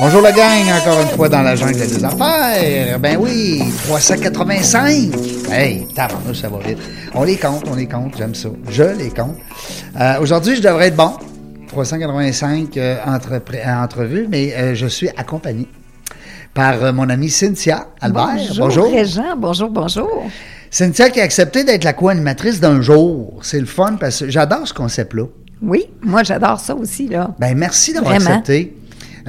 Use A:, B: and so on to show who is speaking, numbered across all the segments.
A: Bonjour la gang, encore une fois dans la jungle des affaires. Ben oui, 385. Hey, tabarnouche, ça va vite. On les compte, on les compte, j'aime ça. Je les compte. Euh, Aujourd'hui, je devrais être bon. 385 euh, entrepre- euh, entrevues, mais euh, je suis accompagné par euh, mon amie Cynthia Albert.
B: Bonjour. Régent, bonjour, bonjour.
A: Cynthia qui a accepté d'être la co-animatrice d'un jour. C'est le fun parce que j'adore ce concept-là.
B: Oui, moi j'adore ça aussi, là.
A: Ben merci d'avoir
B: Vraiment.
A: accepté.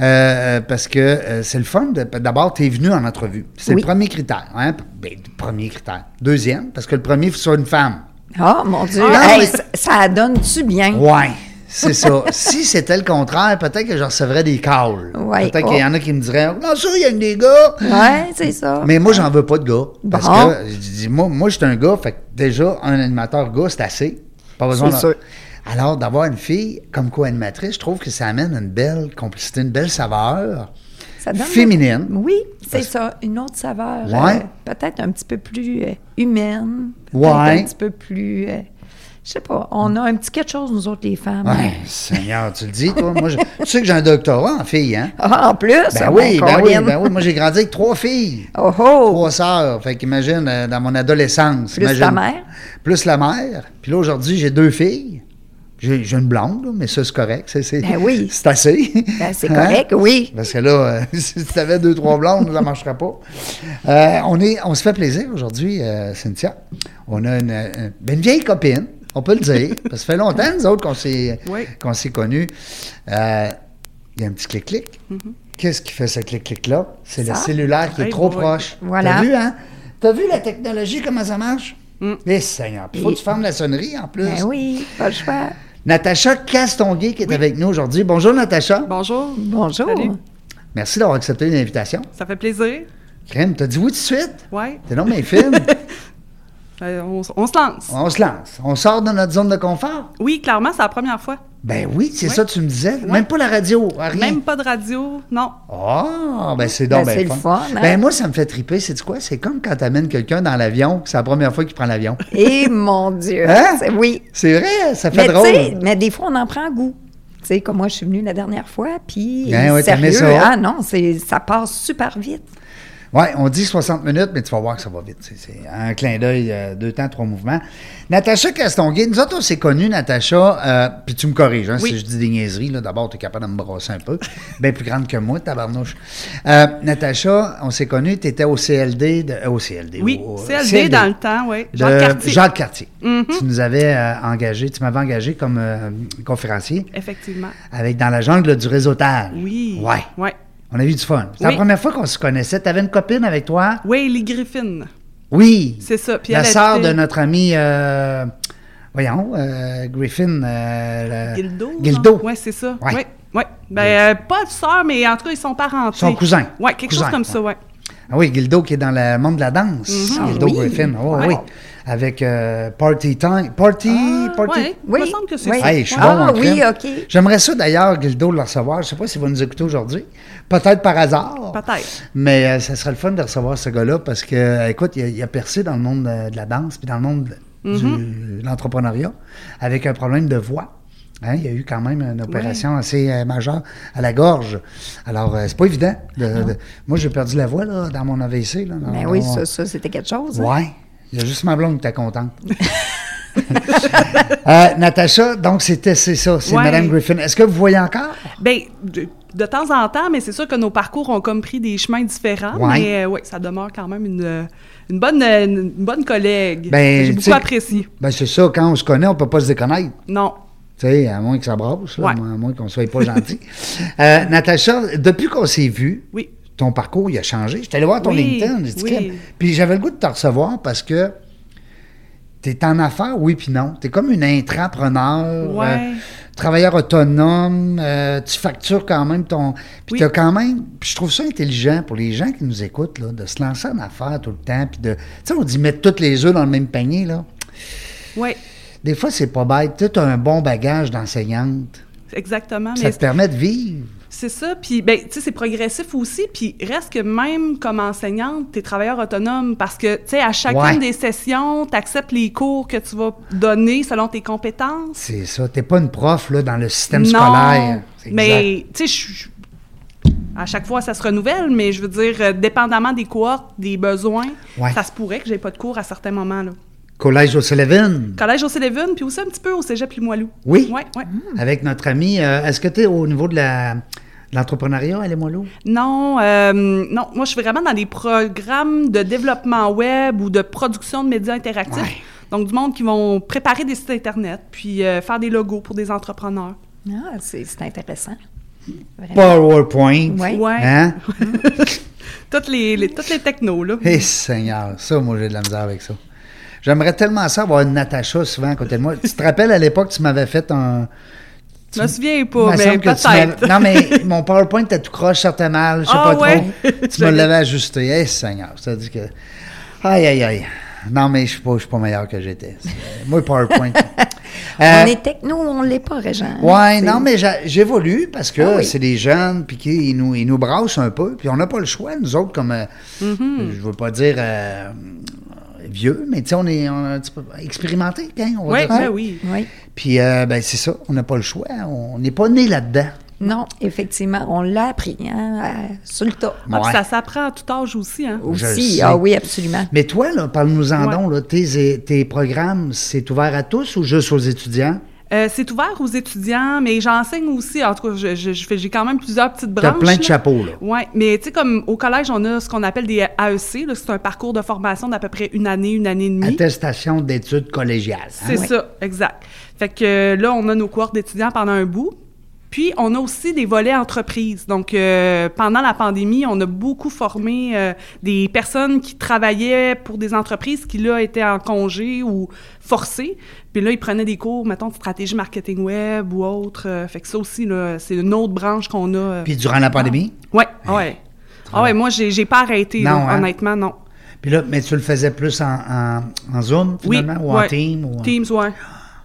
A: Euh, euh, parce que euh, c'est le fun. de- D'abord, tu es venu en entrevue. C'est
B: Oui.
A: le premier critère. Hein? Ben, premier critère. Deuxième, parce que le premier, faut que ce soit une femme.
B: Ah, mon Dieu.
A: Ah,
B: Hey,
A: mais-
B: ça, ça donne-tu bien?
A: Ouais, c'est ça. si c'était le contraire, peut-être que je recevrais des calls.
B: Ouais,
A: peut-être
B: oh.
A: qu'il y en a qui me diraient « Non, ça, il y a des gars!
B: Ouais, c'est ça.
A: Mais moi, j'en veux pas de gars. Parce
B: Bon.
A: que, je dis, moi, moi je suis un gars, fait que déjà, un animateur gars, c'est assez. Pas besoin
B: C'est
A: d'en-
B: sûr.
A: Alors, d'avoir une fille comme co-animatrice, je trouve que ça amène une belle complicité, une belle saveur.
B: ça donne
A: féminine.
B: Oui, c'est
A: Parce-
B: ça. Une autre saveur.
A: Ouais.
B: euh, peut-être un petit peu plus euh, humaine. peut-être
A: Ouais.
B: Un petit peu plus. euh, je sais pas. On a un petit quelque chose, nous autres, les femmes.
A: Ouais, Seigneur, tu le dis, toi. Moi, je- tu sais que j'ai un doctorat en filles, hein?
B: Ah, en plus.
A: Ben
B: mon
A: oui, ben oui,
B: Colin.
A: ben oui. Moi, j'ai grandi avec trois filles.
B: Oh, oh.
A: Trois sœurs. Fait qu'imagine, euh, dans mon adolescence.
B: Plus
A: imagine,
B: ta mère.
A: Plus la mère. Puis là, aujourd'hui, j'ai deux filles. J'ai j'ai une blonde, là, mais ça, c'est correct. C'est, c'est-
B: Ben oui.
A: C'est assez.
B: Ben, c'est
A: Hein?
B: correct, oui.
A: Parce que là, euh, si tu avais deux, trois blondes, ça ne marcherait pas. Euh, on, est, on se fait plaisir aujourd'hui, euh, Cynthia. On a une, une- ben, une vieille copine, on peut le dire. parce que ça fait longtemps, nous autres, qu'on s'est,
C: Oui.
A: qu'on s'est connus. Euh, Il y a un petit clic-clic. Qu'est-ce qui fait ce clic-clic-là? C'est le
B: Ça?
A: cellulaire qui est
C: Hey
A: trop
C: boy.
A: proche.
B: Voilà.
A: T'as vu, hein? T'as vu la technologie, comment ça marche?
C: Mm.
A: Mais Seigneur, il faut que tu fermes la sonnerie en plus.
B: Ben oui, pas le choix.
A: Natacha Castonguay qui est avec nous aujourd'hui. Bonjour Natacha.
C: Bonjour.
B: Bonjour.
C: Salut.
A: Merci d'avoir accepté l'invitation.
C: Ça fait plaisir.
A: Crème, t'as dit oui tout de suite?
C: Ouais.
A: T'es non, mais film.
C: Euh, on, s- on se lance.
A: on se lance. On sort de notre zone de confort.
C: Oui, clairement, c'est la première fois.
A: Ben oui, c'est
C: Ouais.
A: ça que tu me disais. Même pas la radio, rien.
C: Même pas de radio. Non.
A: Ah, ben c'est donc
B: Ben,
A: ben
B: c'est le fun, hein?
A: Ben moi, ça me fait triper. C'est quoi? C'est comme quand t'amènes quelqu'un dans l'avion, que c'est la première fois qu'il prend l'avion.
B: Et mon Dieu.
A: Hein?
B: C'est- Oui.
A: C'est vrai, ça fait
B: Mais, tu sais,
A: drôle.
B: mais des fois, on en prend goût. Tu sais, comme moi, je suis venue la dernière fois, puis
A: Ben ouais, t'aimais
B: sérieux,
A: ça.
B: ah non, c'est, ça passe super vite.
A: Ouais, on dit 60 minutes, mais tu vas voir que ça va vite. C'est- C'est un clin d'œil, euh, deux temps, trois mouvements. Natacha Castonguay, nous autres, on s'est connus, Natacha, euh, puis tu me corriges hein,
C: Oui.
A: si je dis des niaiseries. là. D'abord, tu es capable de me brasser un peu. Bien plus grande que moi, tabarnouche. Euh, Natacha, on s'est connus, tu étais au CLD. De, euh, au CLD.
C: Oui,
A: au- au
C: CLD, dans le temps, oui.
A: de
C: Jacques Cartier.
A: Jacques Cartier.
C: Mhm.
A: Tu nous avais euh, engagé, tu m'avais engagé comme euh, conférencier
C: Effectivement.
A: avec Dans la jungle du réseautage.
C: Oui.
A: Ouais.
C: Ouais.
A: On a eu du fun. C'est la
C: Oui.
A: première fois qu'on se connaissait. Tu avais une copine avec toi?
C: Whaley Griffin.
A: Oui.
C: C'est ça. Puis
A: la
C: elle
A: sœur
C: habitait-
A: de notre ami, euh, voyons, euh, Griffin. euh, la-
C: Gildo. non?
A: Gildo.
C: Ouais, c'est ça.
A: Ouais.
C: Ouais. Ouais. Ben, euh, pas de sœur, mais en tout cas, ils sont parentés.
A: Son cousin.
C: Ouais, quelque
A: Cousin,
C: chose comme ça, ouais.
A: Ah oui, Gildo qui est dans le monde de la danse.
C: Mhm.
B: Ah
A: Gildo
B: oui.
A: Griffin. Oh,
B: Wow.
A: oui. Avec euh, Party Time. Party.
C: Ah,
A: party.
C: ouais.
B: Oui.
C: Il me semble que c'est
B: oui.
C: ça.
A: Hey, je suis
B: Ah,
A: bon en crème.
B: oui, OK.
A: J'aimerais ça d'ailleurs, Gildo, le recevoir. Je ne sais pas s'il va nous écouter aujourd'hui. Peut-être par hasard.
C: Peut-être.
A: Mais euh, ça serait le fun de recevoir ce gars-là parce que, euh, écoute, il a, il a percé dans le monde euh, de la danse puis dans le monde de-
B: Mhm.
A: du- de l'entrepreneuriat avec un problème de voix. Hein, il y a eu quand même une opération assez euh, majeure à la gorge. Alors, euh, c'est pas évident. de- de- moi, j'ai perdu la voix là, dans mon AVC. Là, dans-
B: Mais Ben oui,
A: dans-
B: ça, ça, c'était quelque chose. hein.
A: Ouais. Il y a juste ma blonde qui était contente. Euh, Natacha, donc c'était c'est ça, c'est
C: Ouais.
A: Madame Griffin. Est-ce que vous voyez encore?
C: Ben, de, de temps en temps, mais c'est sûr que nos parcours ont comme pris des chemins différents.
A: Ouais.
C: Mais oui, ça demeure quand même une, euh, une bonne, euh, une bonne collègue.
A: Ben,
C: J'ai
A: tu sais-
C: beaucoup apprécié.
A: Ben c'est ça, quand on se connaît, on peut pas se déconnaître.
C: Non.
A: Tu sais, à moins que ça brasse, là,
C: Ouais.
A: à moins- à moins qu'on soit pas gentil. Euh, Natacha, depuis qu'on s'est vu,
C: Oui.
A: ton parcours, il a changé. J'étais allé voir ton
C: Oui,
A: LinkedIn. j'ai dit,
C: oui.
A: Crème. Puis j'avais le goût de te recevoir parce que T'es en affaires, oui, puis non. T'es comme une intrapreneur,
C: Ouais.
A: euh, travailleur autonome, euh, tu factures quand même ton... Puis
C: Oui.
A: t'as quand même... Puis je trouve ça intelligent pour les gens qui nous écoutent, là, de se lancer en affaires tout le temps, puis de... Tu sais, on dit mettre toutes les œufs dans le même panier, là.
C: Oui,
A: Des fois, c'est pas bête. Tu as un bon bagage d'enseignante.
C: exactement.
A: Ça
C: Mais
A: te permet de vivre.
C: C'est ça, puis ben, tu sais, c'est progressif aussi, puis reste que même comme enseignante, t'es travailleur autonome, parce que, tu sais, à chacune
A: Ouais.
C: des sessions, t'acceptes les cours que tu vas donner selon tes compétences.
A: C'est ça. T'es pas une prof là, dans le système
C: non,
A: scolaire. C'est exact.
C: mais, tu sais, je- je- à chaque fois, ça se renouvelle, mais je veux dire, euh, dépendamment des cohortes, des besoins,
A: Ouais.
C: ça se pourrait que j'ai pas de cours à certains moments, là.
A: Collège O'Sullivan,
C: Collège au Sullivan, puis aussi un petit peu au Cégep Limoilou.
A: Oui.
C: Ouais, ouais.
A: avec notre ami. euh, Est-ce que tu es au niveau de la- de l'entrepreneuriat, elle est mollo?
C: Non, euh, non, moi je suis vraiment dans des programmes de développement web ou de production de médias interactifs.
A: Ouais.
C: Donc du monde qui vont préparer des sites internet puis euh, faire des logos pour des entrepreneurs.
B: Ah, c'est c'est intéressant. Vraiment.
A: PowerPoint.
B: Ouais.
C: Ouais.
A: Hein?
C: Toutes les, les- toutes les technos là.
A: Eh Seigneur, ça, moi, j'ai de la misère avec ça. J'aimerais tellement ça avoir une Natacha souvent à côté de moi. tu te rappelles à l'époque, tu m'avais fait un.
C: Je me souviens
A: Il
C: pas,
A: me
C: mais
A: semble que tu
C: Oh, ben, peut-être.
A: m'avais- Non, mais mon PowerPoint était tout croche, sortait mal, je sais
C: Ah
A: pas
C: ouais?
A: trop. Tu me
C: J'avais-
A: l'avais ajusté. Eh, Seigneur, ça dit que. Aïe, aïe, aïe. Non, mais je suis pas, je suis pas meilleur que j'étais. C'est- Moi, PowerPoint. Euh,
B: On est techno, on l'est pas, Régent.
A: Ouais,
B: C'est-
A: non, mais j'a- j'évolue parce que
B: Ah oui.
A: c'est des jeunes, puis qu'ils ils nous, ils nous brassent un peu, puis on n'a pas le choix, nous autres, comme. euh, Je veux pas dire euh, vieux, mais tu sais, on est on est un petit peu expérimenté, hein, on va
C: Ouais,
A: dire ça.
C: ben oui.
B: Oui.
A: Puis, euh, ben, c'est ça, on n'a pas le choix. On n'est pas né là-dedans.
B: Non, effectivement, on l'a appris, hein, à- sur le tas.
C: Ah, puis
A: Ouais.
C: Ça s'apprend à tout âge aussi hein.
A: Je le
B: Aussi,
A: sais.
B: ah oui, absolument.
A: Mais toi, là, parle-nous-en
C: Ouais.
A: donc, là, tes, tes programmes, c'est ouvert à tous ou juste aux étudiants?
C: Euh, c'est ouvert aux étudiants, mais j'enseigne aussi. En tout cas, je- je- je fais- j'ai quand même plusieurs petites branches.
A: T'as plein de
C: là.
A: chapeaux, là.
C: Oui, mais tu sais, comme au collège, on a ce qu'on appelle des AEC. là, C'est un parcours de formation d'à peu près une année, une année et
A: Ah,
C: demie.
A: Attestation d'études collégiales. hein?
C: C'est ça, exact. Fait que euh, là, on a nos cohortes d'étudiants pendant un bout. Puis, on a aussi des volets entreprises. Donc, euh, pendant la pandémie, on a beaucoup formé euh, des personnes qui travaillaient pour des entreprises qui, là, étaient en congé ou forcées. Puis là, ils prenaient des cours, mettons, de stratégie marketing web ou autre. Euh, fait que ça aussi, là, c'est une autre branche qu'on a. euh,
A: Puis durant la pandémie?
C: Ouais, ouais. Ah ouais, moi, j'ai j'ai pas arrêté,
A: Non,
C: là,
A: hein?
C: honnêtement, non.
A: Puis là, mais tu le faisais plus en, en- en Zoom,
C: Oui,
A: finalement, ou en
C: ouais.
A: Team? Ou en-
C: Teams, ouais.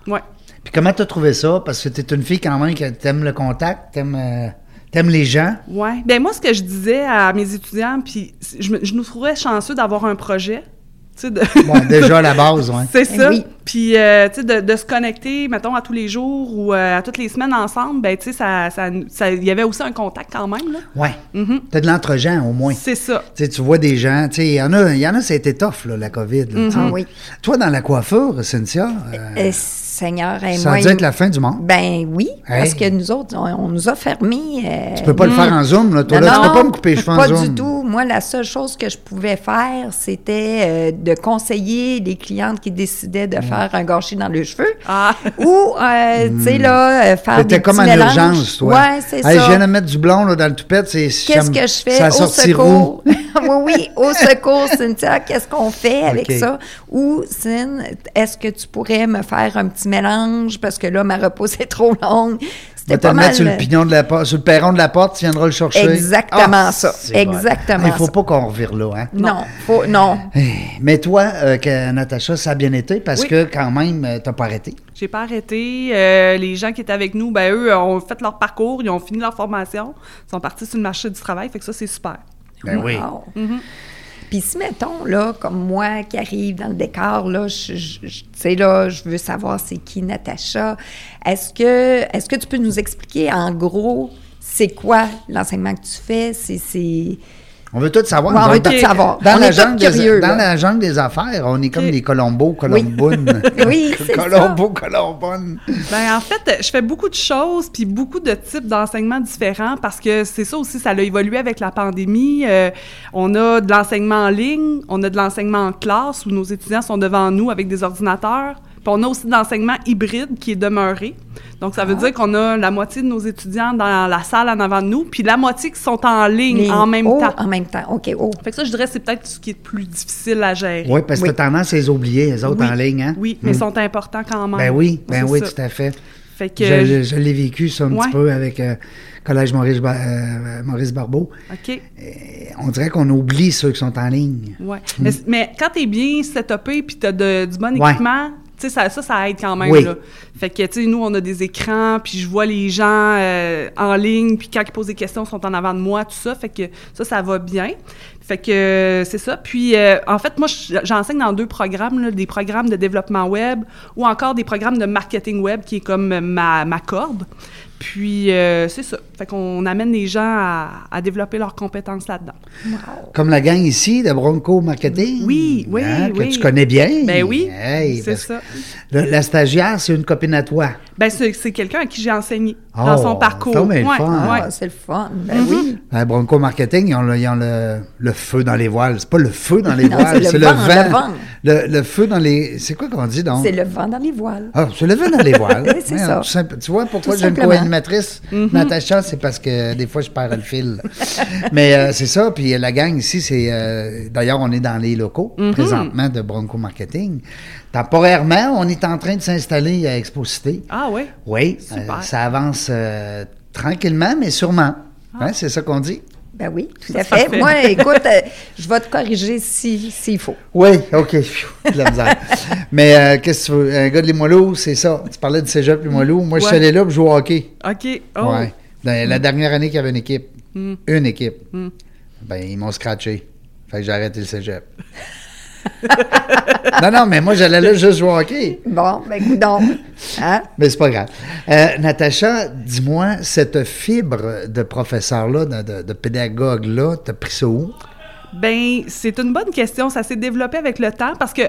C: Ouais.
A: Puis comment t'as trouvé ça? Parce que t'es une fille quand même qui t'aimes le contact, t'aimes, euh, t'aimes les gens.
C: Ouais. Ben moi, ce que je disais à mes étudiants, puis c'est- je, me- je nous trouvais chanceux d'avoir un projet. tu sais, de-
A: Bon, déjà, à la base, ouais.
C: C'est
B: Eh
C: ça.
B: oui.
C: Puis, euh, tu sais, de, de se connecter, mettons, à tous les jours ou euh, à toutes les semaines ensemble, ben, tu sais, ça, ça, ça- il y avait aussi un contact quand même, là.
A: Ouais.
C: Mhm.
A: T'as de l'entre-gens, au moins.
C: C'est ça.
A: Tu sais, tu vois des gens, tu sais, il y en a, il y en a, ça a été tough, là, la COVID. là, tu sais.
B: Ah oui.
A: Toi, dans la coiffure, Cynthia, euh,
B: Eh, Seigneur, et
A: ça a
B: moi,
A: dû être la fin du monde.
B: ben oui, parce
A: Hey.
B: que nous autres, on, on nous a fermés. euh,
A: Tu peux
C: Mm.
A: pas le faire en Zoom, là. Toi,
B: Non,
A: là, tu
B: non,
A: peux pas me couper les cheveux en
B: Pas
A: Zoom.
B: du tout. Moi, la seule chose que je pouvais faire, c'était euh, de conseiller les clientes qui décidaient
A: Mm.
B: de faire un gâchis dans leurs cheveux.
C: Ah.
B: Ou, euh, tu sais, là, euh, faire des
A: Mm. T'étais comme
B: petits
A: en
B: mélanges.
A: urgence, toi.
B: Ouais, c'est
A: Hey,
B: ça.
A: Je viens de mettre du blond là, dans le toupette. c'est-
B: Qu'est-ce
A: ça me-
B: que je fais
A: Ça a
B: au
A: sorti
B: secours?
A: roux.
B: oui, oui, au secours, Cynthia, qu'est-ce qu'on fait avec
A: Ok.
B: ça? Ou, Cyn, est-ce que tu pourrais me faire un petit mélange parce que là, ma repose est trop longue?
A: Va
B: C'était
A: te
B: pas
A: le
B: mal. euh.
A: mettre sur le pignon de la porte, sur le perron de la porte, tu viendras le chercher.
B: Exactement
A: Ah,
B: ça.
A: c'est bon.
B: Exactement
A: Il faut
B: ça.
A: pas qu'on revire là, hein.
B: Non, faut, non.
A: Hey, Mais toi, euh, que Natacha, ça a bien été parce
C: Oui.
A: que quand même, euh, t'as pas arrêté.
C: J'ai pas arrêté. Euh, les gens qui étaient avec nous, ben, eux, ont fait leur parcours, ils ont fini leur formation, ils sont partis sur le marché du travail. Fait que ça, c'est super.
A: Ben oui.
B: Wow.
C: Mhm.
B: Puis si, mettons, là, comme moi qui arrive dans le décor, là, je, je- je- tu sais, là, je veux savoir c'est qui Natacha, est-ce que, est que tu peux nous expliquer en gros c'est quoi l'enseignement que tu fais? C'est- C'est...
A: On veut tout savoir.
B: Ouais,
A: nous
B: on veut
A: autres.
B: tout savoir.
A: Dans,
B: On
A: la
B: est tous
A: jungle des,
B: curieux,
A: dans
B: là.
A: la jungle des affaires, on est comme
C: Ok.
A: des Colombos, Colombounes.
B: Oui, c'est ça.
A: Colombo, Colombonne.
C: Ben, en fait, je fais beaucoup de choses, puis beaucoup de types d'enseignements différents, parce que c'est ça aussi, ça a évolué avec la pandémie. Euh, on a de l'enseignement en ligne, on a de l'enseignement en classe, où nos étudiants sont devant nous avec des ordinateurs, puis on a aussi de l'enseignement hybride qui est demeuré. Donc, ça veut
B: Ah.
C: dire qu'on a la moitié de nos étudiants dans la salle en avant de nous, puis la moitié qui sont en ligne
B: Ligne.
C: en même
B: Oh,
C: temps.
B: En même temps, OK. Oh.
C: Fait que ça, je dirais, c'est peut-être ce qui est le plus difficile à gérer.
A: Oui, parce que
B: Oui.
A: t'as tendance à les oublier, les autres, en ligne. Hein?
C: Oui, mais ils sont importants quand même.
A: Ben oui, ben
C: C'est
A: oui,
C: ça.
A: tout à fait.
C: Fait que,
A: Je, je- je l'ai vécu, ça, un
C: Ouais.
A: petit peu, avec euh, Collège Maurice, Ba- euh, Maurice Barbeau.
C: OK.
A: Et on dirait qu'on oublie ceux qui sont en ligne.
C: Ouais. Mais, mais quand t'es bien setupé puis t'as de- du bon
A: Ouais.
C: équipement, tu sais, ça, ça, ça aide quand même.
A: Oui.
C: Là. Fait que, tu sais, nous, on a des écrans, puis je vois les gens euh, en ligne, puis quand ils posent des questions, ils sont en avant de moi, tout ça. Fait que ça, ça va bien. Fait que euh, c'est ça. Puis, euh, en fait, moi, je- j'enseigne dans deux programmes, là, des programmes de développement web ou encore des programmes de marketing web, qui est comme ma, ma corde. Puis, euh, c'est ça. Fait qu'on amène les gens à, à développer leurs compétences là-dedans.
A: Comme la gang ici de Bronco Marketing.
C: Oui, oui,
A: hein, Que
C: oui.
A: tu connais bien.
C: Ben oui,
A: Hey,
C: c'est
A: parce
C: ça.
A: que le- la stagiaire, c'est une copine à toi.
C: Ben, c'est c'est quelqu'un à qui j'ai enseigné
A: Oh,
C: dans son parcours.
A: donc bien le fun.
B: Ah, c'est le fun. Ben
C: Mhm.
B: oui.
A: À Hein, Bronco Marketing, ils ont le, ils ont le- le feu dans les voiles. C'est pas le feu dans les
B: Non,
A: voiles, c'est le, vent.
B: le vent.
A: Le, le feu dans les. C'est quoi qu'on dit donc?
B: C'est le vent dans les voiles.
A: Ah, c'est le vent dans les voiles.
B: Oui, c'est
A: Voyons,
B: ça.
A: tout simple. Tu vois pourquoi
B: Tout
A: j'ai une
B: simplement. Mhm.
A: co-animatrice, Natacha, c'est parce que des fois je perds le fil. Mais euh, c'est ça, puis euh, la gang ici, c'est euh, d'ailleurs on est dans les locaux
B: Mhm.
A: présentement de Bronco Marketing. Temporairement, on est en train de s'installer à Exposité.
C: Ah oui?
A: Oui,
C: Super.
A: euh, ça avance euh, tranquillement, mais sûrement.
B: Ah.
A: Hein, c'est ça qu'on dit.
B: Ben oui, tout
C: Ça,
B: à
C: c'est
B: fait.
C: parfait.
B: Moi, écoute, euh, je vais te corriger si- s'il faut.
A: Oui, OK. Pfiou, de la misère. mais euh, qu'est-ce que tu veux? Un gars de Limoilou, c'est ça. Tu parlais de Cégep Limoilou. Moi, je suis
C: Ouais.
A: allé là pour jouer au hockey.
C: OK. Oh.
A: Ouais. Dans La dernière année qu'il y avait une équipe,
C: Mm.
A: une équipe,
C: Mm.
A: ben ils m'ont scratché. Fait que j'ai arrêté le cégep. non, non, mais moi, j'allais là juste jouer au hockey.
B: Bon, ben coudonc. Hein?
A: Mais c'est pas grave. Euh, Natacha, dis-moi, cette fibre de professeur-là, de, de- de pédagogue-là, t'as pris ça où?
C: Ben, c'est une bonne question. Ça s'est développé avec le temps parce que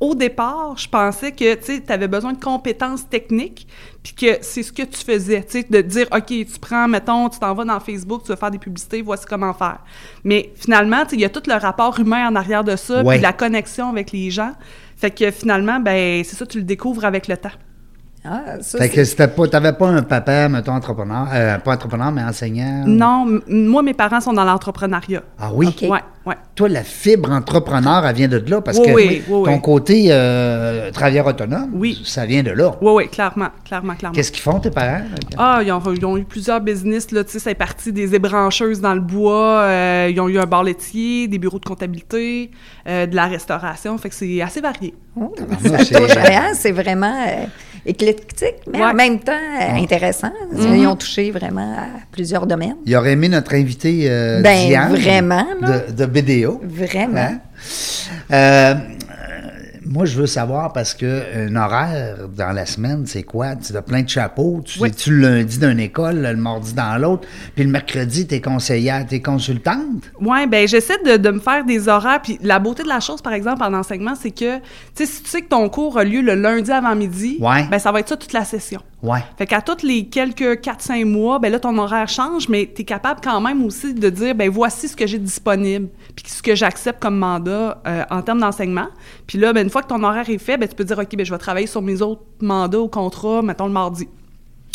C: au départ, je pensais que tu avais besoin de compétences techniques, puis que c'est ce que tu faisais, tu sais, de dire, OK, tu prends, mettons, tu t'en vas dans Facebook, tu vas faire des publicités, voici comment faire. Mais finalement, tu sais, il y a tout le rapport humain en arrière de ça,
A: Ouais.
C: puis la connexion avec les gens. Fait que finalement, ben, c'est ça, tu le découvres avec le temps.
B: Ah, ça,
A: Fait
B: c'est-
A: que c'était pas, t'avais pas un papa, mettons, entrepreneur, euh, pas entrepreneur, mais enseignant.
C: Non, m- moi, mes parents sont dans l'entrepreneuriat.
A: Ah oui?
B: Ok.
C: Ouais, ouais.
A: Toi, la fibre entrepreneur, elle vient de là parce
C: Oui,
A: que
C: oui, oui,
A: ton
C: oui.
A: côté euh, travailleur autonome,
C: Oui.
A: ça vient de là.
C: Oui, oui, clairement, clairement, clairement.
A: Qu'est-ce qu'ils font, tes parents?
C: Ah, ils ont, ils ont eu plusieurs business, là, tu sais, c'est parti des ébrancheuses dans le bois, euh, ils ont eu un bar laitier, des bureaux de comptabilité, euh, de la restauration, fait que c'est assez varié.
B: Oh,
A: Tabarnouche,
B: ça
A: Ah, c'est-
B: touche rien, c'est vraiment euh, éclectique, mais
C: Ouais.
B: en même temps euh,
A: Ah.
B: intéressant.
A: Mhm.
B: Ils ont touché vraiment à plusieurs domaines.
A: Il aurait aimé notre invité euh,
B: Ben,
A: Diane,
B: vraiment, là.
A: de, de BDO.
B: Vraiment.
A: Hein? Euh, euh, moi, je veux savoir parce que un horaire dans la semaine, c'est quoi? Tu as plein de chapeaux. Tu
C: Oui.
A: es-tu le lundi d'une école, le mardi dans l'autre, puis le mercredi, tu es conseillère, tu es consultante?
C: Ouais, ben j'essaie de, de me faire des horaires. Puis la beauté de la chose, par exemple, en enseignement, c'est que, tu sais, si tu sais que ton cours a lieu le lundi avant midi,
A: Ouais.
C: ben ça va être ça toute la session.
A: Ouais.
C: Fait qu'à toutes les quelques 4-5 mois, ben là, ton horaire change, mais tu es capable quand même aussi de dire, ben voici ce que j'ai disponible, puis ce que j'accepte comme mandat euh, en termes d'enseignement. Puis là, ben, une fois que ton horaire est fait, ben, tu peux dire, OK, ben, je vais travailler sur mes autres mandats au contrat, mettons le mardi.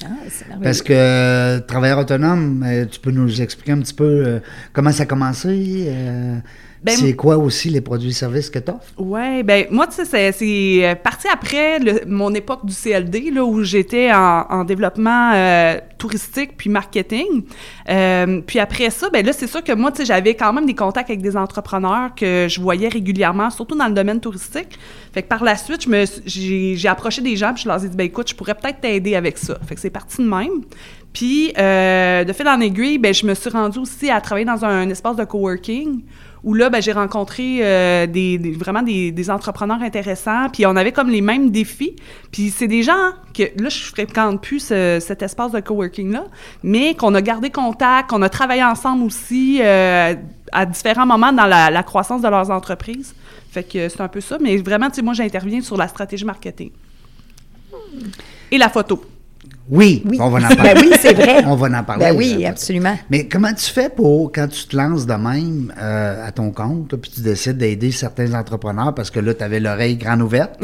B: Ah, c'est merveilleux.
A: Parce que euh, travailleur autonome, euh, tu peux nous expliquer un petit peu euh, comment ça a commencé? euh,
C: Ben,
A: c'est quoi aussi les produits et services que tu offres?
C: Ouais, ben moi, tu sais, c'est- c'est euh, parti après le- mon époque du CLD, là, où j'étais en, en développement euh, touristique puis marketing. Euh, puis après ça, ben là, c'est sûr que moi, tu sais, j'avais quand même des contacts avec des entrepreneurs que je voyais régulièrement, surtout dans le domaine touristique. Fait que par la suite, je me suis- j'ai j'ai approché des gens puis je leur ai dit, ben écoute, je pourrais peut-être t'aider avec ça. Fait que c'est parti de même. Puis, euh, de fil en aiguille, ben, je me suis rendue aussi à travailler dans un espace de coworking où là, ben, j'ai rencontré euh, des, des- vraiment des, des entrepreneurs intéressants. Puis on avait comme les mêmes défis. Puis c'est des gens que là, je fréquente plus ce- cet espace de coworking-là, mais qu'on a gardé contact, qu'on a travaillé ensemble aussi euh, à différents moments dans la, la croissance de leurs entreprises. Fait que c'est un peu ça. Mais vraiment, tu sais, moi, j'interviens sur la stratégie marketing et la photo.
A: Oui,
B: Oui.
A: on va en parler.
B: Ben oui, c'est vrai.
A: On va en parler.
B: Ben oui,
A: Euh,
B: absolument.
A: Mais comment tu fais pour, quand tu te lances de même euh, à ton compte, là, puis tu décides d'aider
B: Mm-hmm.
A: certains entrepreneurs parce que là, tu avais l'oreille grande ouverte,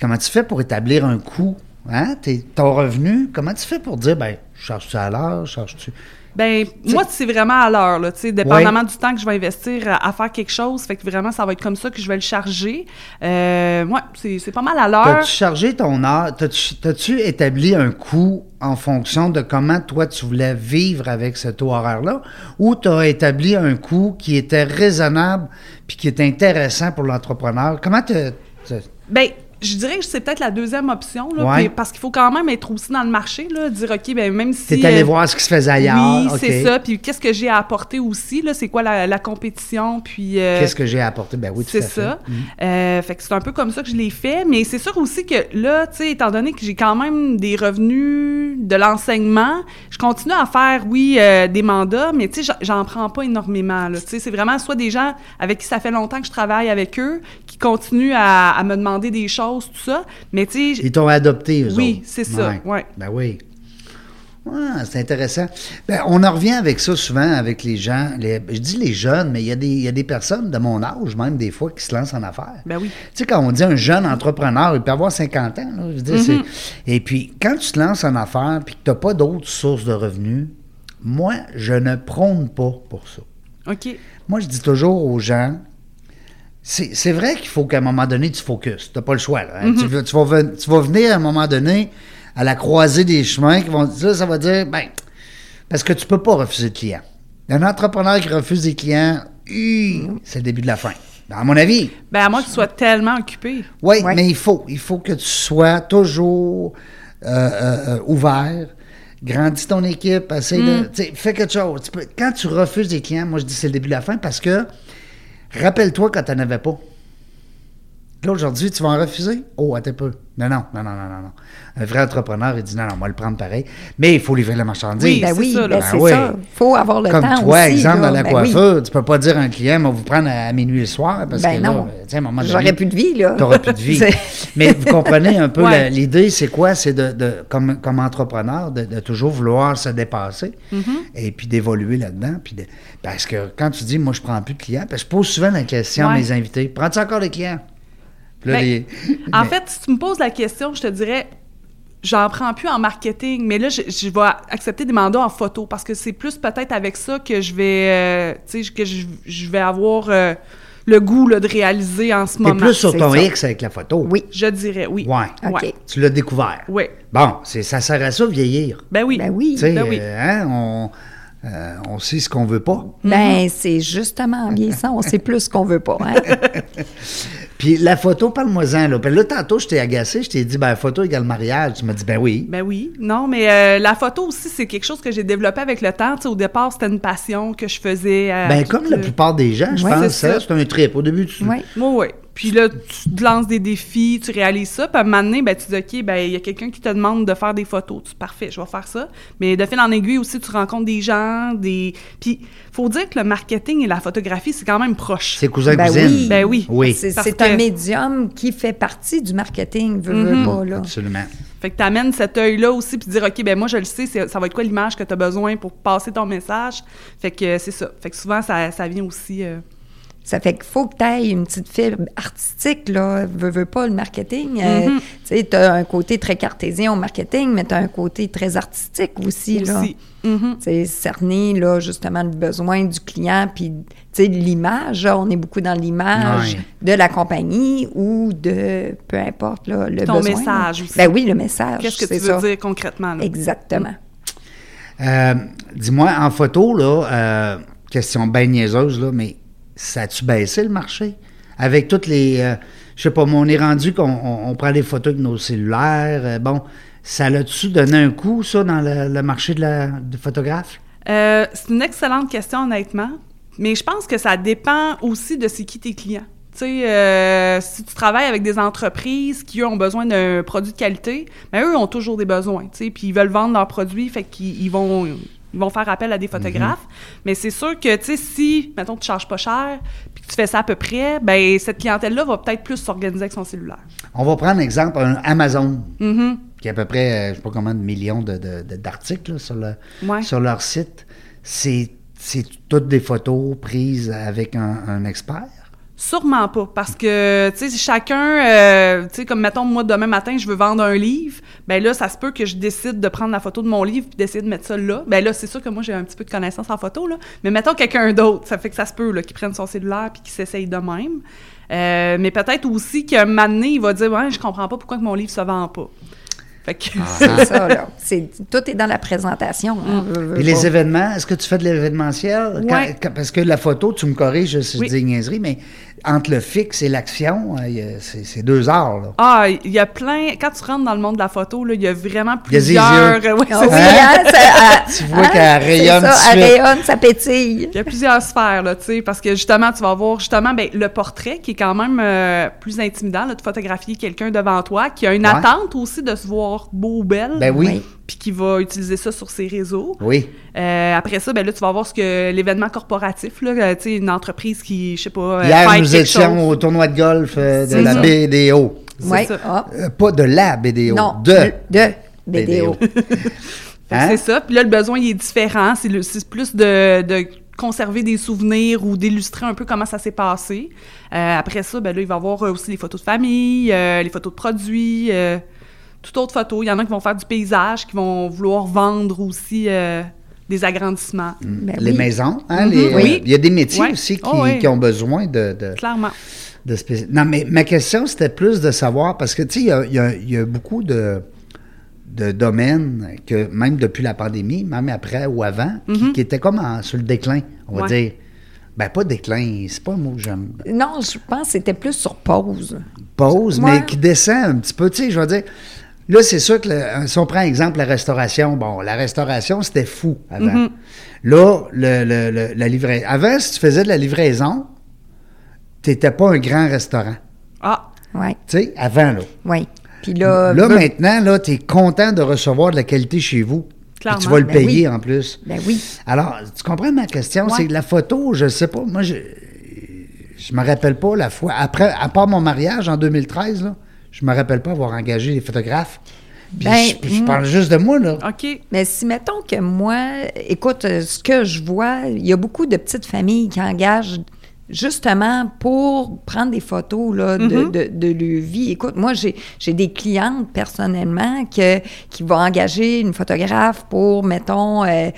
A: comment tu fais pour établir un coût Hein? T'es- ton revenu, comment tu fais pour dire, ben, je charge-tu à l'heure, je charge-tu.
C: Ben, moi, c'est vraiment à l'heure, là, tu sais, dépendamment du temps que je vais investir à, à faire quelque chose. Fait que vraiment, ça va être comme ça que je vais le charger. Euh, ouais, c'est c'est pas mal à l'heure.
A: T'as-tu chargé ton heure? T'as-tu t'as-tu établi un coût en fonction de comment toi tu voulais vivre avec ce taux horaire-là? Ou t'as établi un coût qui était raisonnable puis qui était intéressant pour l'entrepreneur? Comment t'as. t'as-
C: Ben, je dirais que c'est peut-être la deuxième option, là,
A: Ouais.
C: puis- parce qu'il faut quand même être aussi dans le marché, là, dire, OK, ben, même si...
A: T'es allé
C: euh,
A: voir ce qui se faisait ailleurs?
C: Oui,
A: OK.
C: c'est ça. Puis qu'est-ce que j'ai à apporter aussi, là, c'est quoi la, la compétition, puis... euh,
A: Qu'est-ce que j'ai apporté? Ben oui, tout
C: c'est
A: à fait. Mm.
C: ça. Euh, fait que c'est un peu comme ça que je l'ai fait, mais c'est sûr aussi que là, tu sais, étant donné que j'ai quand même des revenus de l'enseignement, je continue à faire, oui, euh, des mandats, mais tu sais, j'en- j'en prends pas énormément. là. Tu sais, c'est vraiment soit des gens avec qui ça fait longtemps que je travaille avec eux, qui continuent à, à me demander des choses, tout ça, mais tu sais, j-
A: Ils t'ont adopté, eux
C: Oui,
A: autres.
C: c'est ça, ouais.
A: Ben oui. Ouais, c'est intéressant. Ben, on en revient avec ça souvent, avec les gens. les- je dis les jeunes, mais il y, a des- il y a des personnes de mon âge, même des fois, qui se lancent en affaires.
C: Ben oui.
A: Tu sais, quand on dit un jeune entrepreneur, il peut avoir 50 ans. là, je veux dire,
C: Mm-hmm.
A: c'est- Et puis, quand tu te lances en affaires puis que tu n'as pas d'autres sources de revenus, moi, je ne prône pas pour ça.
C: OK.
A: Moi, je dis toujours aux gens, c'est c'est vrai qu'il faut qu'à un moment donné, tu focuses. Tu n'as pas le choix. là, hein. tu, veux- tu vas, ven- tu vas venir à un moment donné à la croisée des chemins qui vont dire, ça va dire, ben, parce que tu peux pas refuser de clients. Un entrepreneur qui refuse des clients, hi, c'est le début de la fin. À mon avis.
C: Ben, à moins que tu sois tellement occupé.
A: Oui,
B: Ouais.
A: mais il faut. Il faut que tu sois toujours euh, euh, euh, ouvert. Grandis ton équipe, essaie de. tu sais, Fais quelque chose. Tu peux- quand tu refuses des clients, moi je dis c'est le début de la fin parce que rappelle-toi quand tu n'en avais pas. Là, aujourd'hui, tu vas en refuser? Oh, attends un peu. Non, non, non, non, non, non, non. Un vrai entrepreneur, il dit non, non, on va le prendre pareil. Mais il faut livrer la marchandise.
C: Oui,
B: Ben
C: c'est
B: oui,
C: ça, là.
B: ben
A: Ben
B: c'est
A: oui.
B: ça. faut avoir le
A: Comme
B: temps
A: toi,
B: aussi.
A: exemple,
B: là.
A: dans la
B: Ben oui.
A: coiffure, tu peux pas dire à un client, on va vous prendre à minuit le soir parce
B: Ben
A: que là,
B: non.
A: tu sais, à un moment donné,
B: J'aurais plus de vie, là.
A: T'auras plus de vie.
B: C'est-
A: Mais vous comprenez un peu
C: Ouais.
A: la- l'idée, c'est quoi? C'est de, de- comme, comme entrepreneur, de, de toujours vouloir se dépasser
C: Mm-hmm.
A: et puis d'évoluer là-dedans. Puis de- parce que quand tu dis, moi, je prends plus de clients, parce que je pose souvent la question à
C: Ouais.
A: mes invités, prends-tu encore des clients? Puis là,
C: Ben,
A: les-
C: En
A: mais-
C: fait, si tu me poses la question, je te dirais, j'en prends plus en marketing, mais là, je, je vais accepter des mandats en photo parce que c'est plus peut-être avec ça que je vais, euh, tu sais, que je, je vais avoir euh, le goût là, de réaliser en ce
A: t'es
C: moment.
A: plus sur
B: c'est
A: ton
B: ça.
A: X avec la photo.
B: Oui.
C: Je dirais, oui.
A: Ouais.
B: OK.
C: Ouais.
A: Tu l'as découvert.
C: Oui.
A: Bon, c'est, ça sert à ça, vieillir.
C: Ben oui.
B: Ben oui.
A: Tu sais,
C: Ben oui.
A: euh, hein, on, euh, on sait ce qu'on veut pas.
C: Mhm.
B: Ben, c'est justement en vieillissant, on sait plus ce qu'on veut pas. hein.
A: Puis la photo, parle-moi-en. Là. Puis là, tantôt, je t'ai agacé, je t'ai dit, ben, la photo égale mariage. Tu m'as dit, ben oui.
C: Ben oui, non, mais euh, la photo aussi, c'est quelque chose que j'ai développé avec le temps. Tu sais, au départ, c'était une passion que je faisais. euh,
A: Ben,
C: tout,
A: comme la
C: euh,
A: plupart des gens, je
C: Ouais,
A: pense,
C: c'est
A: ça,
C: ça.
A: c'est un trip. Au début, tu.
B: Ouais.
C: Oui, oui. Puis là, tu te lances des défis, tu réalises ça, puis à un moment donné, ben, tu dis, OK, ben, il y a quelqu'un qui te demande de faire des photos. Tu dis, parfait, je vais faire ça. Mais de fil en aiguille aussi, tu rencontres des gens, des... Puis faut dire que le marketing et la photographie, c'est quand même proche.
A: C'est cousin
B: Ben
A: cousine.
B: oui.
C: Ben oui.
A: Oui.
B: C'est
C: parce
B: c'est
C: que- Mhm.
B: un médium qui fait partie du marketing, veux, veux pas, là.
A: Absolument.
C: Fait que t'amènes cet œil-là aussi, puis dire, OK, ben moi, je le sais, c'est- ça va être quoi l'image que tu as besoin pour passer ton message. Fait que euh, c'est ça. Fait que souvent, ça, ça vient aussi... euh,
B: Ça fait qu'il faut que tu aies une petite fibre artistique, là. Veux, veux pas le marketing. euh, tu
C: Mm-hmm.
B: sais, tu as un côté très cartésien au marketing, mais tu as un côté très artistique aussi, là.
C: aussi. Mhm.
B: Tu sais, cerner, là, justement, le besoin du client, puis, tu sais, l'image, là, on est beaucoup dans l'image
A: Ouais.
B: de la compagnie ou de, peu importe, là, le
C: Ton
B: besoin, là.
C: message aussi.
B: Ben oui, le message,
C: Qu'est-ce que tu
B: c'est
C: veux
B: ça.
C: dire Mm. concrètement? Là?
B: Exactement.
A: Euh, Dis-moi, en photo, là, euh, question ben niaiseuse, là, mais ça a-tu baissé le marché? Avec toutes les. euh, je sais pas, mais on est rendu qu'on on- on prend des photos avec nos cellulaires. euh, bon, ça l'a-tu donné un coup, ça, dans le, le marché de la, du photographe?
C: Euh, c'est une excellente question, honnêtement. Mais je pense que ça dépend aussi de c'est qui tes clients. Tu sais, euh, si tu travailles avec des entreprises qui, eux, ont besoin d'un produit de qualité, mais eux ont toujours des besoins, tu sais, puis ils veulent vendre leurs produits, fait qu'ils ils vont, ils vont faire appel à des photographes. Mais c'est sûr que, tu sais, si, mettons, tu charges pas cher, puis que tu fais ça à peu près, ben cette clientèle-là va peut-être plus s'organiser avec son cellulaire.
A: On va prendre exemple un Amazon, qui a à peu près, euh, je sais pas combien de millions de- de- de- d'articles là, sur, le-
C: Ouais.
A: sur leur site. C'est c'est toutes des photos prises avec un, un expert.
C: Sûrement pas, parce que, tu sais, chacun, euh, tu sais, comme mettons, moi, demain matin, je veux vendre un livre, ben là, ça se peut que je décide de prendre la photo de mon livre puis d'essayer de mettre ça là. Ben là, c'est sûr que moi, j'ai un petit peu de connaissance en photo, là, mais mettons quelqu'un d'autre, ça fait que ça se peut, là, qu'il prenne son cellulaire puis qu'il s'essaye de même. Euh, mais peut-être aussi qu'un moment donné, il va dire, ouais, je comprends pas pourquoi que mon livre se vend pas. Fait que...
B: C'est ça, là. C'est, tout est dans la présentation.
C: Mm.
B: hein, veux, veux
A: Et
B: pas.
A: les événements, est-ce que tu fais de l'événementiel? Quand-
C: Ouais.
A: quand- parce que la photo, tu me corriges si
C: Oui.
A: je dis une niaiserie, mais entre le fixe et l'action, euh, il y a- c'est c'est deux heures. Là.
C: Ah, il y a plein. Quand tu rentres dans le monde de la photo, là, il y a vraiment
A: Il y a des
C: plusieurs. euh, Ouais,
B: Ah
C: c'est
B: oui,
C: ça.
B: hein, ça-
A: Tu vois
B: hein,
A: qu'elle
B: c'est
A: rayonne
B: ça,
A: tout de
B: elle
A: suite.
B: rayonne, ça pétille.
C: Il y a plusieurs sphères, là, tu sais, parce que justement, tu vas voir justement ben, le portrait qui est quand même euh, plus intimidant, là, de photographier quelqu'un devant toi, qui a une
A: Ouais.
C: attente aussi de se voir beau ou belle,
A: Ben oui.
B: Oui.
C: puis qui va utiliser ça sur ses réseaux.
A: Oui.
C: Euh, après ça, ben là, tu vas voir ce que l'événement corporatif, là, euh, tu sais, une entreprise qui, je sais pas, euh,
A: Hier,
C: fête
A: nous
C: quelque
A: étions
C: chose.
A: au tournoi de golf euh, de
C: C'est
A: la
C: ça.
A: BDO.
B: Oui.
C: ça.
B: Ah.
A: Euh, pas de la BDO,
B: Non,
A: de.
B: de BDO.
C: Fait que
A: Hein?
C: C'est ça. Puis là, le besoin, il est différent. C'est le- c'est plus de, de conserver des souvenirs ou d'illustrer un peu comment ça s'est passé. Euh, après ça, ben là, il va y avoir euh, aussi les photos de famille, euh, les photos de produits, euh, toute autre photo. Il y en a qui vont faire du paysage, qui vont vouloir vendre aussi euh, des agrandissements.
B: Ben
A: les
B: oui.
A: maisons, hein, les-
C: Mhm. Oui.
A: il y a des métiers
C: Ouais.
A: aussi qui,
C: Oh, ouais.
A: qui ont besoin de, de,
C: Clairement.
A: de spéci- Non, mais ma question, c'était plus de savoir, parce que, tu sais, il y a, il y a- il y a beaucoup de, de domaines que, même depuis la pandémie, même après ou avant, qui, qui étaient comme en- sur le déclin, on va
C: Mhm. Ouais.
A: dire. Ben, pas déclin, c'est pas un mot que j'aime.
B: Non, je pense que c'était plus sur pause.
A: Pause,
B: Ouais.
A: mais qui descend un petit peu, tu sais, je veux dire. Là, c'est sûr que le- euh, si on prend exemple la restauration, bon, la restauration, c'était fou avant.
B: Mhm.
A: Là, le, le- le- la livraison. Avant, si tu faisais de la livraison, t'étais pas un grand restaurant.
C: Ah,
B: Oui,
A: Tu sais, avant, là.
B: oui. Puis là,
A: Là,
B: ben-
A: maintenant, là, tu es content de recevoir de la qualité chez vous. Puis tu
C: Clairement,
A: vas le
B: ben oui.
A: payer en plus.
B: Ben oui.
A: Alors, tu comprends ma question?
C: Ouais.
A: C'est que la photo, je sais pas. Moi, je, je me rappelle pas la fois. Après, à part mon mariage en 2013, là, je me rappelle pas avoir engagé les photographes. Puis
B: Ben,
A: je, puis je
C: hmm.
B: mm.
A: parle juste de moi, là.
C: OK.
B: Mais si mettons que moi, écoute, euh, ce que je vois, il y a beaucoup de petites familles qui engagent justement pour prendre des photos là, de, de, de leur vie. Écoute, moi, j'ai j'ai des clientes personnellement que, qui vont engager une photographe pour, mettons, euh,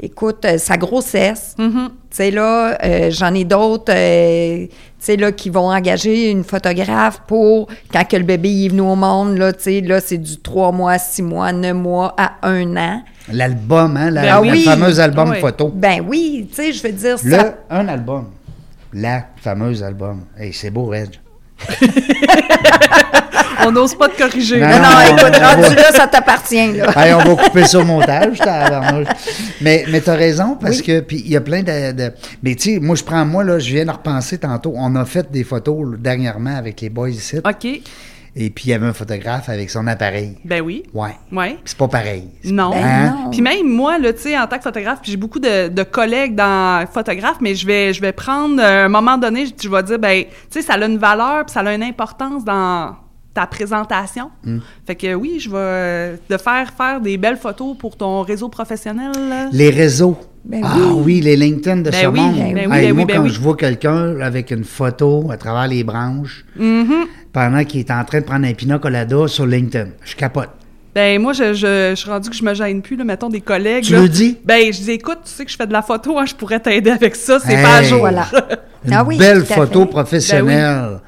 B: écoute, euh, sa grossesse. Tu sais, là, euh, j'en ai d'autres, euh, tu sais, là, qui vont engager une photographe pour quand que le bébé est venu au monde, là, tu sais, là, c'est du 3 mois, 6 mois, 9 mois à 1 an.
A: L'album, hein, la,
C: Ben
A: la
C: oui.
A: fameuse album
C: Ouais.
A: photo.
B: Ben oui, tu sais, je veux dire,
A: Le,
B: ça,
A: un album. La fameuse album. Hey, c'est beau, Reg.
C: On n'ose pas te corriger.
A: Non,
B: Non, non,
A: Ah, non,
B: écoute,
A: non,
B: rendu
A: non.
B: là, ça t'appartient, là.
A: Hey, on va couper ça au montage, tabarnouche. Mais, mais t'as raison, parce que, puis il y a plein de. de- mais tu sais, moi, je prends, moi, là, je viens de repenser tantôt. On a fait des photos là, dernièrement avec les boys ici.
C: OK.
A: Et puis, il y avait un photographe avec son appareil.
C: Ben oui.
A: Ouais.
C: Ouais.
A: C'est pas pareil.
C: Non.
B: Ben
A: Hein?
B: non.
C: Puis même moi, là, tu sais, en tant que photographe, puis j'ai beaucoup de, de collègues dans photographe, mais je vais, je vais prendre euh, un moment donné, je, je vais dire, ben, tu sais, ça a une valeur, puis ça a une importance dans ta présentation.
A: Hmm.
C: Fait que oui, je vais euh, de faire faire des belles photos pour ton réseau professionnel. là.
A: Les réseaux.
B: Ben
A: ah
B: oui.
A: oui. les LinkedIn de
C: Ben
A: ce
C: oui,
A: monde.
C: ben oui,
A: Hey,
C: ben oui,
A: moi,
C: ben
A: quand
C: oui.
A: je vois quelqu'un avec une photo à travers les branches,
C: Mm-hmm.
A: pendant qu'il est en train de prendre un pina colada sur LinkedIn, je capote.
C: Ben moi, je, je, je suis rendu que je me gêne plus, là, mettons des collègues.
A: Tu
C: là.
A: le dis?
C: Ben je dis, écoute, tu sais que je fais de la photo, hein, je pourrais t'aider avec ça, c'est
A: Hey.
C: pas à jour.
B: Voilà.
A: Une
B: Ah oui,
A: belle
B: tout à
A: photo
B: fait. Ben
A: professionnelle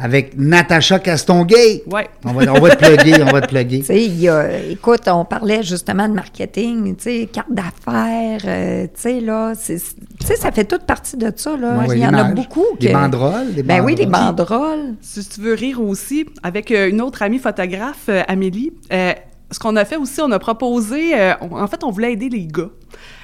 A: avec Natacha Castonguay.
C: Ouais.
A: On va, on va te plugger, on va te plugger.
B: Tu sais, il y a- écoute, on parlait justement de marketing, tu sais, carte d'affaires, euh, tu sais, là, c'est- tu sais, ça fait toute partie de ça, là.
A: Ouais,
B: il y en a
A: l'image.
B: beaucoup.
A: Les
B: que-
A: banderoles, les
B: Ben oui, les
A: banderoles.
B: banderoles.
C: si tu veux rire aussi, avec euh, une autre amie photographe, euh, Amélie, euh, ce qu'on a fait aussi, on a proposé, euh, on- en fait, on voulait aider les gars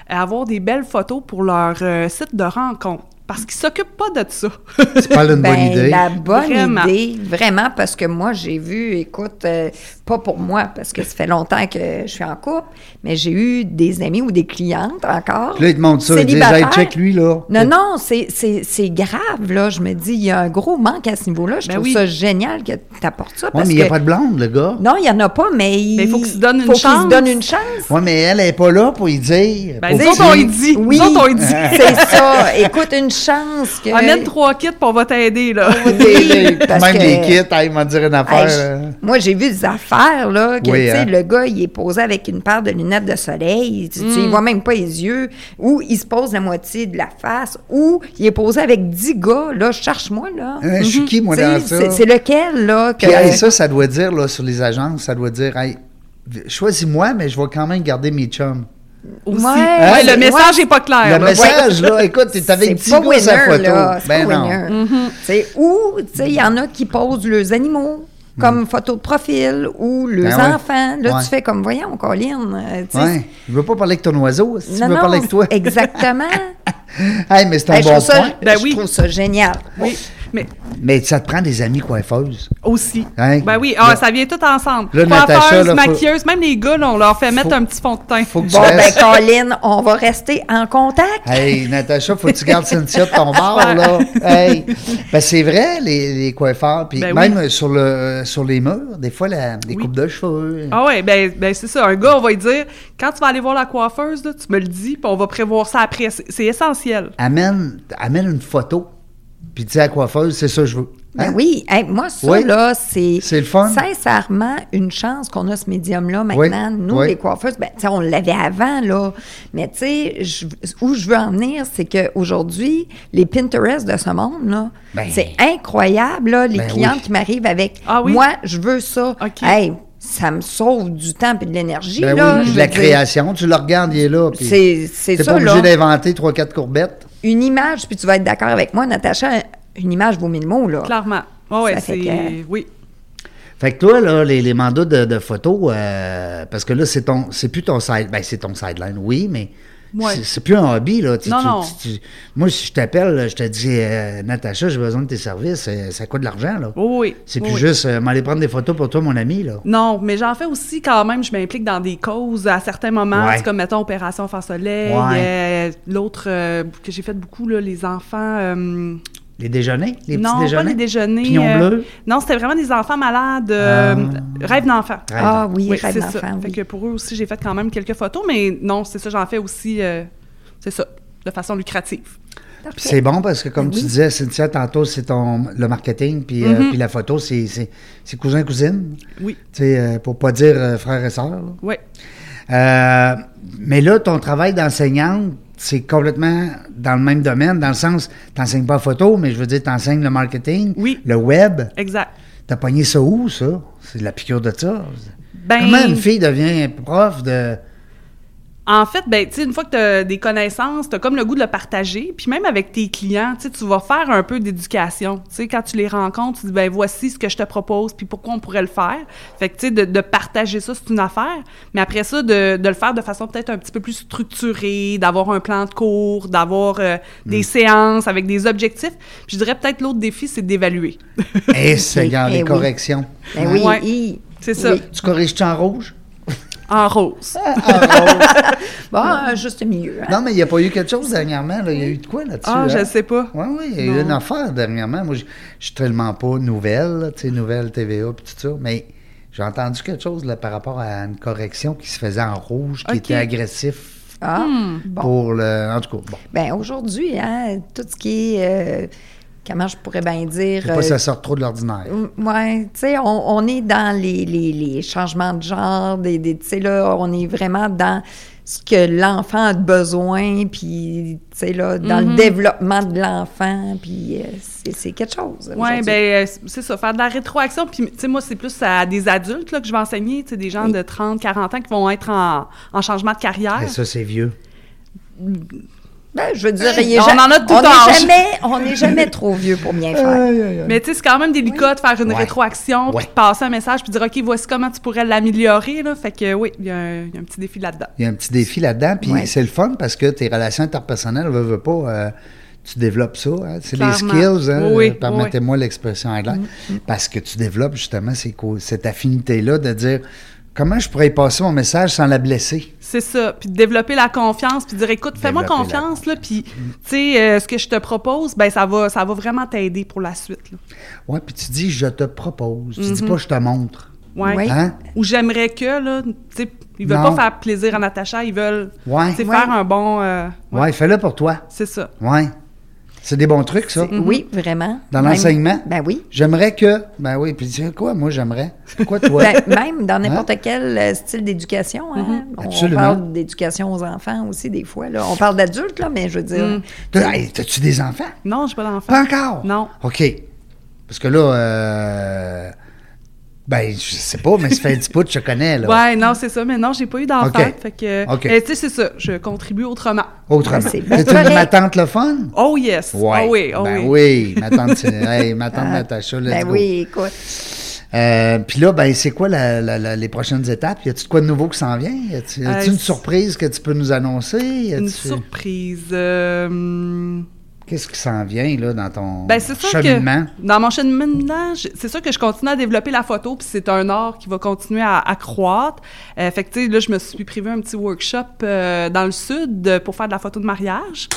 C: à avoir des belles photos pour leur euh, site de rencontre. Parce qu'ils s'occupent pas de ça.
A: C'est pas une bonne
B: Ben,
A: idée.
B: La bonne
C: Vraiment.
B: idée, vraiment, parce que moi, j'ai vu, écoute, euh, pas pour moi, parce que ça fait longtemps que je suis en couple, mais j'ai eu des amis ou des clientes encore.
A: Puis Là, ils te montrent ça, ils disent
B: célibataires.
A: Hey, check lui, là.
B: Non, non, c'est- c'est c'est grave, là. Je me dis, il y a un gros manque à ce niveau-là. Je
C: Ben
B: trouve
C: oui.
B: ça génial que tu apportes ça.
A: Ouais,
B: Parce
A: mais il n'y a
B: que-
A: pas de blonde, le gars.
B: Non, il n'y en a pas, mais il
C: Mais Ben, il faut qu'il se donne une
B: faut qu'il se
C: chance.
B: donne une chance.
A: Ouais, mais elle n'est pas là pour y dire. pour
C: Ben, nous
A: dire-
C: autres, on y dit.
B: Oui,
C: Nous autres, on y dit.
B: c'est ça. Écoute, une chance que.
C: Amène trois kits, puis on va t'aider, là.
A: Des- des-
B: parce
A: même
B: que-
A: les kits, ah, il m'a dit une
B: Hey,
A: affaire.
B: je-
A: euh.
B: moi, j'ai vu des affaires, là, que,
A: Oui,
B: tu sais,
A: hein.
B: le gars, il est posé avec une paire de lunettes de soleil, tu, tu-
C: Mm.
B: il voit même pas les yeux, ou il se pose la moitié de la face, ou il est posé avec 10 gars, là, cherche-moi, là.
A: Hein, Je suis qui, moi,
B: Tu sais,
A: dans
B: Mhm. c'est-
A: ça?
B: C'est lequel, là, que...
A: Puis hey, ça, ça doit dire, là, sur les agences, ça doit dire, hey, v- choisis-moi, mais je vais quand même garder mes chums.
B: Ouais,
C: Aussi. Ouais,
B: c'est-
C: le message
B: ouais.
C: n'est pas clair.
A: Le
C: là.
A: message, là, écoute, t'es avec 10
B: C'est pas
A: gars
B: winner,
A: sa photo.
B: là. C'est
A: ben
B: pas
A: non.
B: winner.
C: Mm-hmm.
B: Tu sais, Ou, tu sais, il y en a qui posent leurs animaux comme photo de profil ou leurs
A: Mm. Ben ouais.
B: enfants. Là,
A: Ouais.
B: tu fais comme, voyons, Colline, euh, tu sais,
A: Ouais. Je veux pas parler avec ton oiseau, si tu
B: non,
A: veux
B: non,
A: parler avec toi.
B: exactement.
A: hey, mais c'est un
B: Hey, je
A: bon
B: trouve ça,
A: point.
C: Ben
B: je
C: oui.
B: trouve ça génial.
C: Oui, mais
A: Mais ça te prend des amis coiffeuses.
C: aussi.
A: Hein?
C: Ben oui, ah,
A: Là-
C: ça vient tout ensemble.
A: Là, Natacha,
C: Coiffeuse,
A: là, faut-
C: maquilleuse, même les gars, là, on leur fait mettre un petit fond de teint.
A: Faut que
B: Bon,
A: tu
B: ben,
A: restes.
B: Colin, on va rester en contact.
A: Hey, Natacha, faut que tu gardes Cynthia de ton bar, là. Hey. Ben, c'est vrai, les, les coiffeurs. Puis
C: Ben
A: même euh, sur, le, sur les murs, des fois, la, des coupes de cheveux.
C: Ah ouais, ben, ben c'est ça. Un gars, on va lui dire quand tu vas aller voir la coiffeuse, là, tu me le dis, puis on va prévoir ça après. C'est c'est essentiel.
A: Amène, amène une photo, puis dis à la coiffeuse, c'est ça que je veux.
B: Ben
A: Hein?
B: oui, Hey, moi, ça,
A: Oui.
B: là, c'est
A: C'est le fun.
B: sincèrement une chance qu'on a ce médium-là maintenant.
A: Oui.
B: Nous,
A: Oui.
B: les coiffeuses, ben, tu sais, on l'avait avant, là. Mais tu sais, je- où je veux en venir, c'est qu'aujourd'hui, les Pinterest de ce monde, là,
A: Ben.
B: c'est incroyable, là, les
A: Ben
B: clientes
A: oui.
B: qui m'arrivent avec
C: Ah oui?
B: Moi, je veux ça.
C: OK.
B: Hey, ça me sauve du temps et de l'énergie,
A: Ben
B: là.
A: oui,
B: je
A: puis la
B: veux dire.
A: création, tu le regardes, il est là. puis
B: C'est- c'est
A: t'es
B: ça,
A: pas obligé
B: là.
A: d'inventer trois, quatre courbettes.
B: une image, puis tu vas être d'accord avec moi, Natacha, une image vaut mille mots, là.
C: Clairement. Ah ouais,
B: Ça
C: c'est.
B: fait que-
C: Oui.
A: Fait que toi, là, les, les mandats de, de photos, euh, parce que là, c'est ton, c'est plus ton side, ben, c'est ton sideline, oui, mais
C: Ouais.
A: c'est- c'est plus un hobby, là. Tu-
C: Non,
A: tu-
C: non.
A: tu- tu- moi, si je t'appelle, là, je te dis, euh, Natacha, j'ai besoin de tes services, euh, ça coûte de l'argent, là.
C: Oui, oui.
A: C'est
C: Oui,
A: plus
C: Oh, oui.
A: juste, euh, m'aller prendre des photos pour toi, mon ami, là.
C: Non, mais j'en fais aussi quand même. Je m'implique dans des causes à certains moments,
A: Ouais.
C: c'est comme mettons Opération Faire Soleil,
A: Ouais.
C: euh, l'autre euh, que j'ai fait beaucoup là, les enfants. euh,
A: Les déjeuners, les
C: non,
A: petits déjeuners.
C: pas les déjeuners.
A: Pignons
C: euh,
A: bleus.
C: Non, c'était vraiment des enfants malades. euh, Rêve d'enfant.
A: Rêve
B: Ah oui,
C: Oui,
B: rêve
C: c'est ça.
B: d'enfant,
C: Fait
B: oui.
C: que pour eux aussi, j'ai fait quand même quelques photos, mais non, c'est ça, j'en fais aussi, euh, c'est ça, de façon lucrative.
A: Puis c'est bon parce que, comme
B: Ben
A: tu
B: oui.
A: disais, Cynthia, tantôt, c'est ton, le marketing, puis, euh, puis la photo, c'est, c'est, c'est cousin-cousine.
C: Mm-hmm. Oui,
A: Tu sais, euh, pour pas dire euh, frère et sœur. là.
C: oui.
A: Euh, mais là, ton travail d'enseignante, c'est complètement dans le même domaine, dans le sens, t'enseignes pas photo, mais je veux dire, t'enseignes le marketing,
C: Oui.
A: le web.
C: Exact.
A: T'as pogné ça où, ça? C'est de la piqûre de ça.
C: Ben,
A: Comment une fille devient prof de...
C: En fait, ben, tu sais, une fois que tu as des connaissances, tu as comme le goût de le partager. Puis même avec tes clients, tu sais, tu vas faire un peu d'éducation. Tu sais, quand tu les rencontres, tu dis, ben, voici ce que je te propose, puis pourquoi on pourrait le faire. Fait que, tu sais, de, de partager ça, c'est une affaire. Mais après ça, de, de le faire de façon peut-être un petit peu plus structurée, d'avoir un plan de cours, d'avoir euh, des séances avec des objectifs. Puis je dirais peut-être l'autre défi, c'est d'évaluer.
A: Eh, Seigneur,
B: eh
A: les
B: oui.
A: corrections.
B: Ben oui,
C: Ouais.
B: hi.
C: C'est ça.
B: Oui.
A: Tu corriges-tu en rouge?
C: En rose.
B: Bon, euh, juste au milieu. hein.
A: Non, mais il n'y a pas eu quelque chose dernièrement. là. Il y a eu de quoi là-dessus? hein?
C: Ah,
A: là?
C: je sais pas.
A: Oui, oui, il y a eu
C: Non.
A: une affaire dernièrement. Moi, je je suis tellement pas nouvelle, là, tu sais, nouvelle TVA puis tout ça, mais j'ai entendu quelque chose là, par rapport à une correction qui se faisait en rouge, qui
C: Ok.
A: était agressif
B: Ah,
C: Hmm.
B: bon.
A: pour le. En tout cas, bon.
B: Ben aujourd'hui, hein, tout ce qui est, euh, comment je pourrais bien dire...
A: Faut pas que
B: euh,
A: ça sorte trop de l'ordinaire.
B: m- ouais, tu sais, on, on est dans les, les, les changements de genre, des, des- tu sais, là, on est vraiment dans ce que l'enfant a de besoin, puis, tu sais, là, dans
C: Mm-hmm.
B: le développement de l'enfant, puis euh, c'est c'est quelque chose.
C: Oui,
B: aujourd'hui.
C: ben euh, c'est ça, faire de la rétroaction. Puis, tu sais, moi, c'est plus à des adultes là, que je vais enseigner, tu sais, des gens
B: Oui.
C: de 30, 40 ans qui vont être en, en changement de carrière.
A: Mais ça, c'est vieux.
B: Ben, je veux dire, il est
C: On
B: ja-
C: en a de tout
B: on est
C: âge.
B: jamais, on n'est jamais trop vieux pour bien
A: Euh,
B: faire.
C: Mais tu sais, c'est quand même délicat de faire une
A: Ouais.
C: rétroaction, puis
A: Ouais.
C: de passer un message, puis de dire, OK, voici comment tu pourrais l'améliorer. là. Fait que, oui, il y, a un il y a un petit défi là-dedans.
A: Il y a un petit défi là-dedans, puis
B: Ouais.
A: c'est le fun parce que tes relations interpersonnelles, veux, veux pas, euh, tu développes ça. hein. C'est les
C: Clairement.
A: skills, hein,
C: Oui, Mm,
A: euh, permettez-moi l'expression anglaise, parce que tu développes justement ces causes- cette affinité-là de dire comment je pourrais y passer mon message sans la blesser.
C: C'est ça. Puis de développer la confiance, puis de dire, écoute, fais-moi
A: Développer la Mm.
C: confiance, là, puis, tu sais, euh, ce que je te propose, ben ça va, ça va vraiment t'aider pour la suite. Là.
A: Ouais, puis tu dis je te propose, tu dis pas je te montre.
C: Mm-hmm. Ouais.
B: Oui.
A: Hein?
C: Ou j'aimerais que, là, tu sais, ils veulent
A: Non.
C: pas faire plaisir à Natacha, ils veulent
A: Ouais.
C: tu sais,
A: Ouais.
C: faire un bon. euh,
A: Ouais, fais-le pour toi.
C: C'est ça.
A: Ouais. C'est des bons trucs, ça?
B: Oui, vraiment.
A: Dans
B: Même-
A: l'enseignement?
B: Ben oui.
A: J'aimerais que. Ben oui, puis tu sais quoi, moi, j'aimerais? Quoi, toi?
B: Ben, même dans n'importe quel euh, style d'éducation. hein. On
A: Hein? Mhm. Absolument.
B: parle d'éducation aux enfants aussi, des fois. là. On parle d'adultes, là, mais je veux dire.
A: T'as- Mm. hey, T'as-tu des enfants?
C: Non, j'ai pas d'enfant.
A: Pas encore?
C: Non.
A: OK. Parce que là, euh, ben, je sais pas, mais ça fait un petit bout que je te connais, là.
C: Ouais, non, c'est ça, mais non, j'ai pas eu d'enfant.
A: Ok.
C: Fait que.
A: Ok.
C: Mais tu sais, c'est ça, je contribue autrement.
A: Autrement.
B: Ben, C'est
A: C'est
B: bien
A: une
B: correct.
A: ma tante le fun?
C: Oh yes!
A: Ouais.
C: Oh oui, oh
A: ben
C: oui. Ah.
A: oui. ma tante, c'est- hey, ma tante Natacha, let's
B: Ben
A: go.
B: oui, écoute.
A: Euh, Puis là, ben, c'est quoi la- la- la- les prochaines étapes? Y a-tu de quoi de nouveau qui s'en vient? Y a-tu y a-tu
C: Euh,
A: une
C: c'est-
A: surprise que tu peux nous annoncer? Y
C: Une
A: a-tu-
C: surprise. euh, hum,
A: Qu'est-ce qui s'en vient, là, dans ton
C: ben, c'est sûr
A: cheminement?
C: que dans mon cheminement, je- c'est sûr que je continue à développer la photo, puis c'est un art qui va continuer à, à croître. Euh, fait que, tu sais, là, je me suis prévu un petit workshop euh, dans le sud euh, pour faire de la photo de mariage.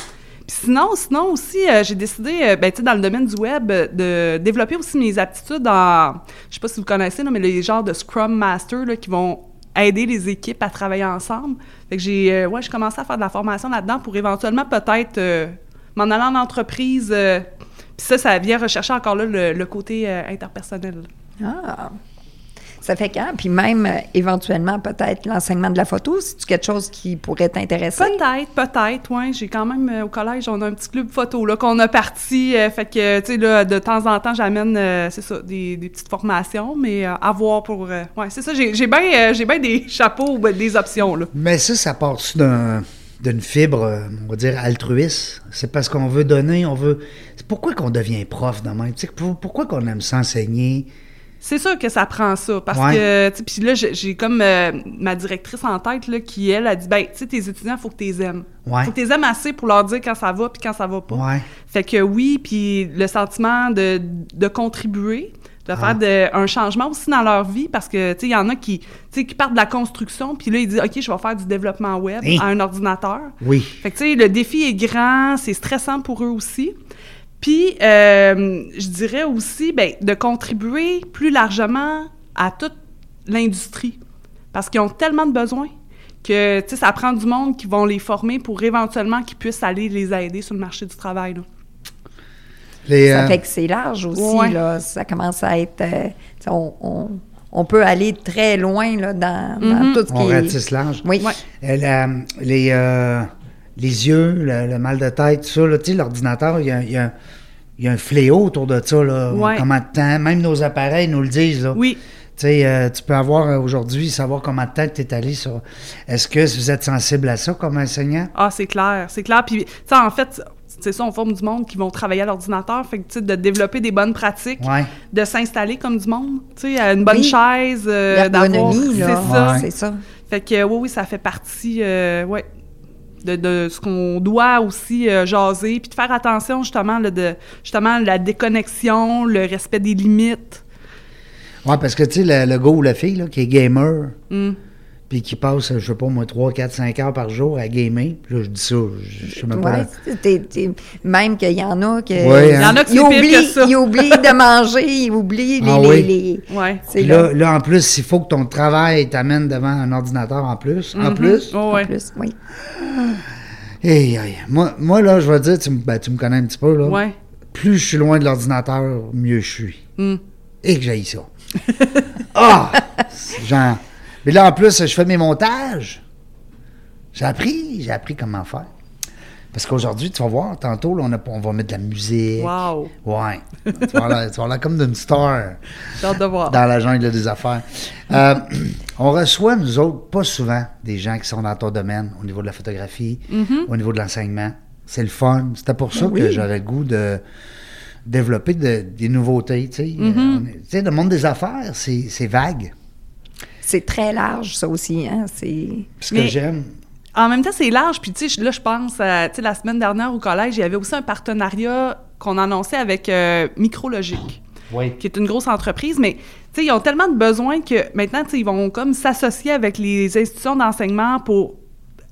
C: Puis sinon, sinon aussi, euh, j'ai décidé, euh, ben, tu sais, dans le domaine du web, euh, de développer aussi mes aptitudes en, je sais pas si vous connaissez, là, mais les genres de Scrum Master là, qui vont aider les équipes à travailler ensemble. Fait que j'ai, euh, ouais, j'ai commencé à faire de la formation là-dedans pour éventuellement peut-être euh, m'en aller en entreprise. euh, puis ça, ça vient rechercher encore là le, le côté euh, interpersonnel.
B: Ah. Ça fait quand? Puis même, euh, éventuellement, peut-être l'enseignement de la photo, si tu quelque chose qui pourrait t'intéresser.
C: Peut-être, peut-être, ouais. J'ai quand même, euh, au collège, on a un petit club photo, là, qu'on a parti. euh, fait que, tu sais, là, de temps en temps, j'amène, euh, c'est ça, des, des petites formations, mais euh, à voir pour... euh, ouais, c'est ça, j'ai j'ai bien euh, j'ai bien des chapeaux, ben, des options, là.
A: Mais ça, ça part-tu d'un- d'une fibre, euh, on va dire, altruiste? C'est parce qu'on veut donner, on veut... C'est pourquoi qu'on devient prof dans même? Tu sais, pour- pourquoi qu'on aime s'enseigner?
C: C'est sûr que ça prend ça, parce
A: Ouais.
C: que, tu sais, puis là, j'ai j'ai comme euh, ma directrice en tête, là, qui, elle, a dit, ben, tu sais, tes étudiants, faut que t'es aimes.
A: Ouais.
C: Faut que t'es aimes assez pour leur dire quand ça va puis quand ça va pas.
A: Ouais.
C: Fait que oui, puis le sentiment de, de contribuer, de faire de- un changement aussi dans leur vie, parce que, tu sais, il y en a qui, tu sais, qui partent de la construction, puis là, ils disent, OK, je vais faire du développement web
A: Hein?
C: à un ordinateur.
A: Oui.
C: Fait que, tu sais, le défi est grand, c'est stressant pour eux aussi. Puis, euh, je dirais aussi, ben, de contribuer plus largement à toute l'industrie, parce qu'ils ont tellement de besoins que, tu sais, ça prend du monde qui vont les former pour éventuellement qu'ils puissent aller les aider sur le marché du travail, là.
A: Les,
B: Ça
A: euh,
B: fait que c'est large aussi,
C: Ouais.
B: là. Ça commence à être... euh, tu sais, on, on- on peut aller très loin, là, dans, dans tout ce qui
A: Mm-hmm. on
B: est...
A: ratisse large.
B: Oui.
C: Ouais.
A: Euh, la- les, euh, les yeux, le, le mal de tête, tout ça, là, tu sais, l'ordinateur, il y a, il y a- il y a un fléau autour de ça. Là,
C: Ouais.
A: Comment de temps, même nos appareils nous le disent. Là.
C: Oui.
A: Tu sais, euh, tu peux avoir euh, aujourd'hui, savoir comment de temps tu es allé sur. Est-ce que vous êtes sensible à ça comme enseignant?
C: Ah, c'est clair, c'est clair. Puis, tu sais, en fait, c'est ça, on forme du monde qui vont travailler à l'ordinateur. Fait que, tu sais, de développer des bonnes pratiques,
A: Ouais.
C: de s'installer comme du monde, tu sais, à une bonne
B: Oui.
C: chaise, euh, d'avoir...
B: L'ergonomie, là.
C: C'est ça.
A: Ouais.
B: C'est ça.
C: Fait que, oui, oui, ça fait partie, euh, ouais, de, de ce qu'on doit aussi euh, jaser. Puis de faire attention, justement, là, de justement la déconnexion, le respect des limites.
A: Ouais, parce que tu sais, le, le gars ou la fille là, qui est gamer,
C: Mm.
A: puis qui passe, je sais pas, moi, 3, 4, 5 heures par jour à gamer, puis là, je dis ça, je je sais même pas.
B: Ouais,
A: la-
B: t'es- t'es- même qu'il y en a que.
A: Ouais, hein. Il y en
C: a que
B: Ils
C: c'est pire
B: oublient,
C: que ça.
B: ils oublient de manger, ils oublient les.
A: Ah
B: les-
A: oui.
B: les-
C: Ouais.
B: c'est
A: Puis
B: là,
A: là, là, en plus, il faut que ton travail t'amène devant un ordinateur en plus. En plus.
C: Oh,
B: en
C: ouais.
B: plus, oui.
A: Hey, hey, moi, moi, là, je vais te dire, tu, me- ben, tu me connais un petit peu, là.
C: Ouais.
A: Plus je suis loin de l'ordinateur, mieux je suis.
C: Mm.
A: Et que j'aille ça. ah! C'est Genre. Mais là, en plus, je fais mes montages. J'ai appris, j'ai appris comment faire. Parce qu'aujourd'hui, tu vas voir, tantôt, là, on, a- on va mettre de la musique.
C: Wow.
A: Ouais. tu vas là, tu vas là comme d'une star
C: J'ai hâte de voir.
A: dans la jungle des affaires. Euh, on reçoit, nous autres, pas souvent des gens qui sont dans ton domaine au niveau de la photographie,
C: Mhm.
A: au niveau de l'enseignement. C'est le fun. C'était pour
C: Ben
A: ça que j'aurais le goût de développer de- des nouveautés. Tu sais,
C: Mhm.
A: Euh, on est- tu sais, le monde des affaires, c'est c'est vague.
B: C'est très large, ça aussi. Hein? C'est.
A: Ce que
C: Mais-
A: j'aime.
C: En même temps, c'est large. Puis, tu sais, je- là, je pense, à, tu sais, la semaine dernière au collège, il y avait aussi un partenariat qu'on annonçait avec euh, Micrologique,
A: Oui.
C: qui est une grosse entreprise. Mais, tu sais, ils ont tellement de besoins que maintenant, tu sais, ils vont comme s'associer avec les institutions d'enseignement pour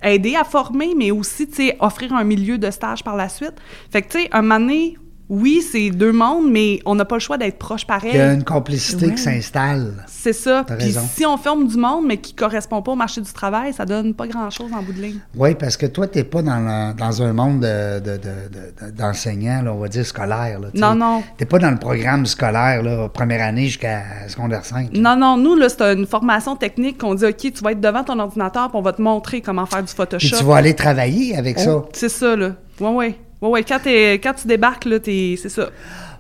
C: aider à former, mais aussi, tu sais, offrir un milieu de stage par la suite. Fait que, tu sais, un moment donné, oui, c'est deux mondes, mais on n'a pas le choix d'être proche pareil.
A: Il y a une complicité
B: Ouais.
A: qui s'installe.
C: C'est ça.
A: T'as
C: Puis
A: raison.
C: si on ferme du monde, mais qui ne correspond pas au marché du travail, ça donne pas grand-chose en bout de ligne.
A: Oui, parce que toi, tu n'es pas dans, la- dans un monde de- de- de- de- d'enseignants, là, on va dire scolaire. là, tu
C: Non,
A: sais.
C: non.
A: T'es pas dans le programme scolaire, là, première année jusqu'à secondaire 5. là.
C: Non, non, nous, là, c'est une formation technique qu'on dit, OK, tu vas être devant ton ordinateur, puis on va te montrer comment faire du
A: Puis
C: Photoshop. Oh.
A: tu vas aller travailler avec ça.
C: C'est ça, là. Ouais, ouais. Ouais, ouais. Quand, t'es- quand tu débarques, là, t'es- c'est ça.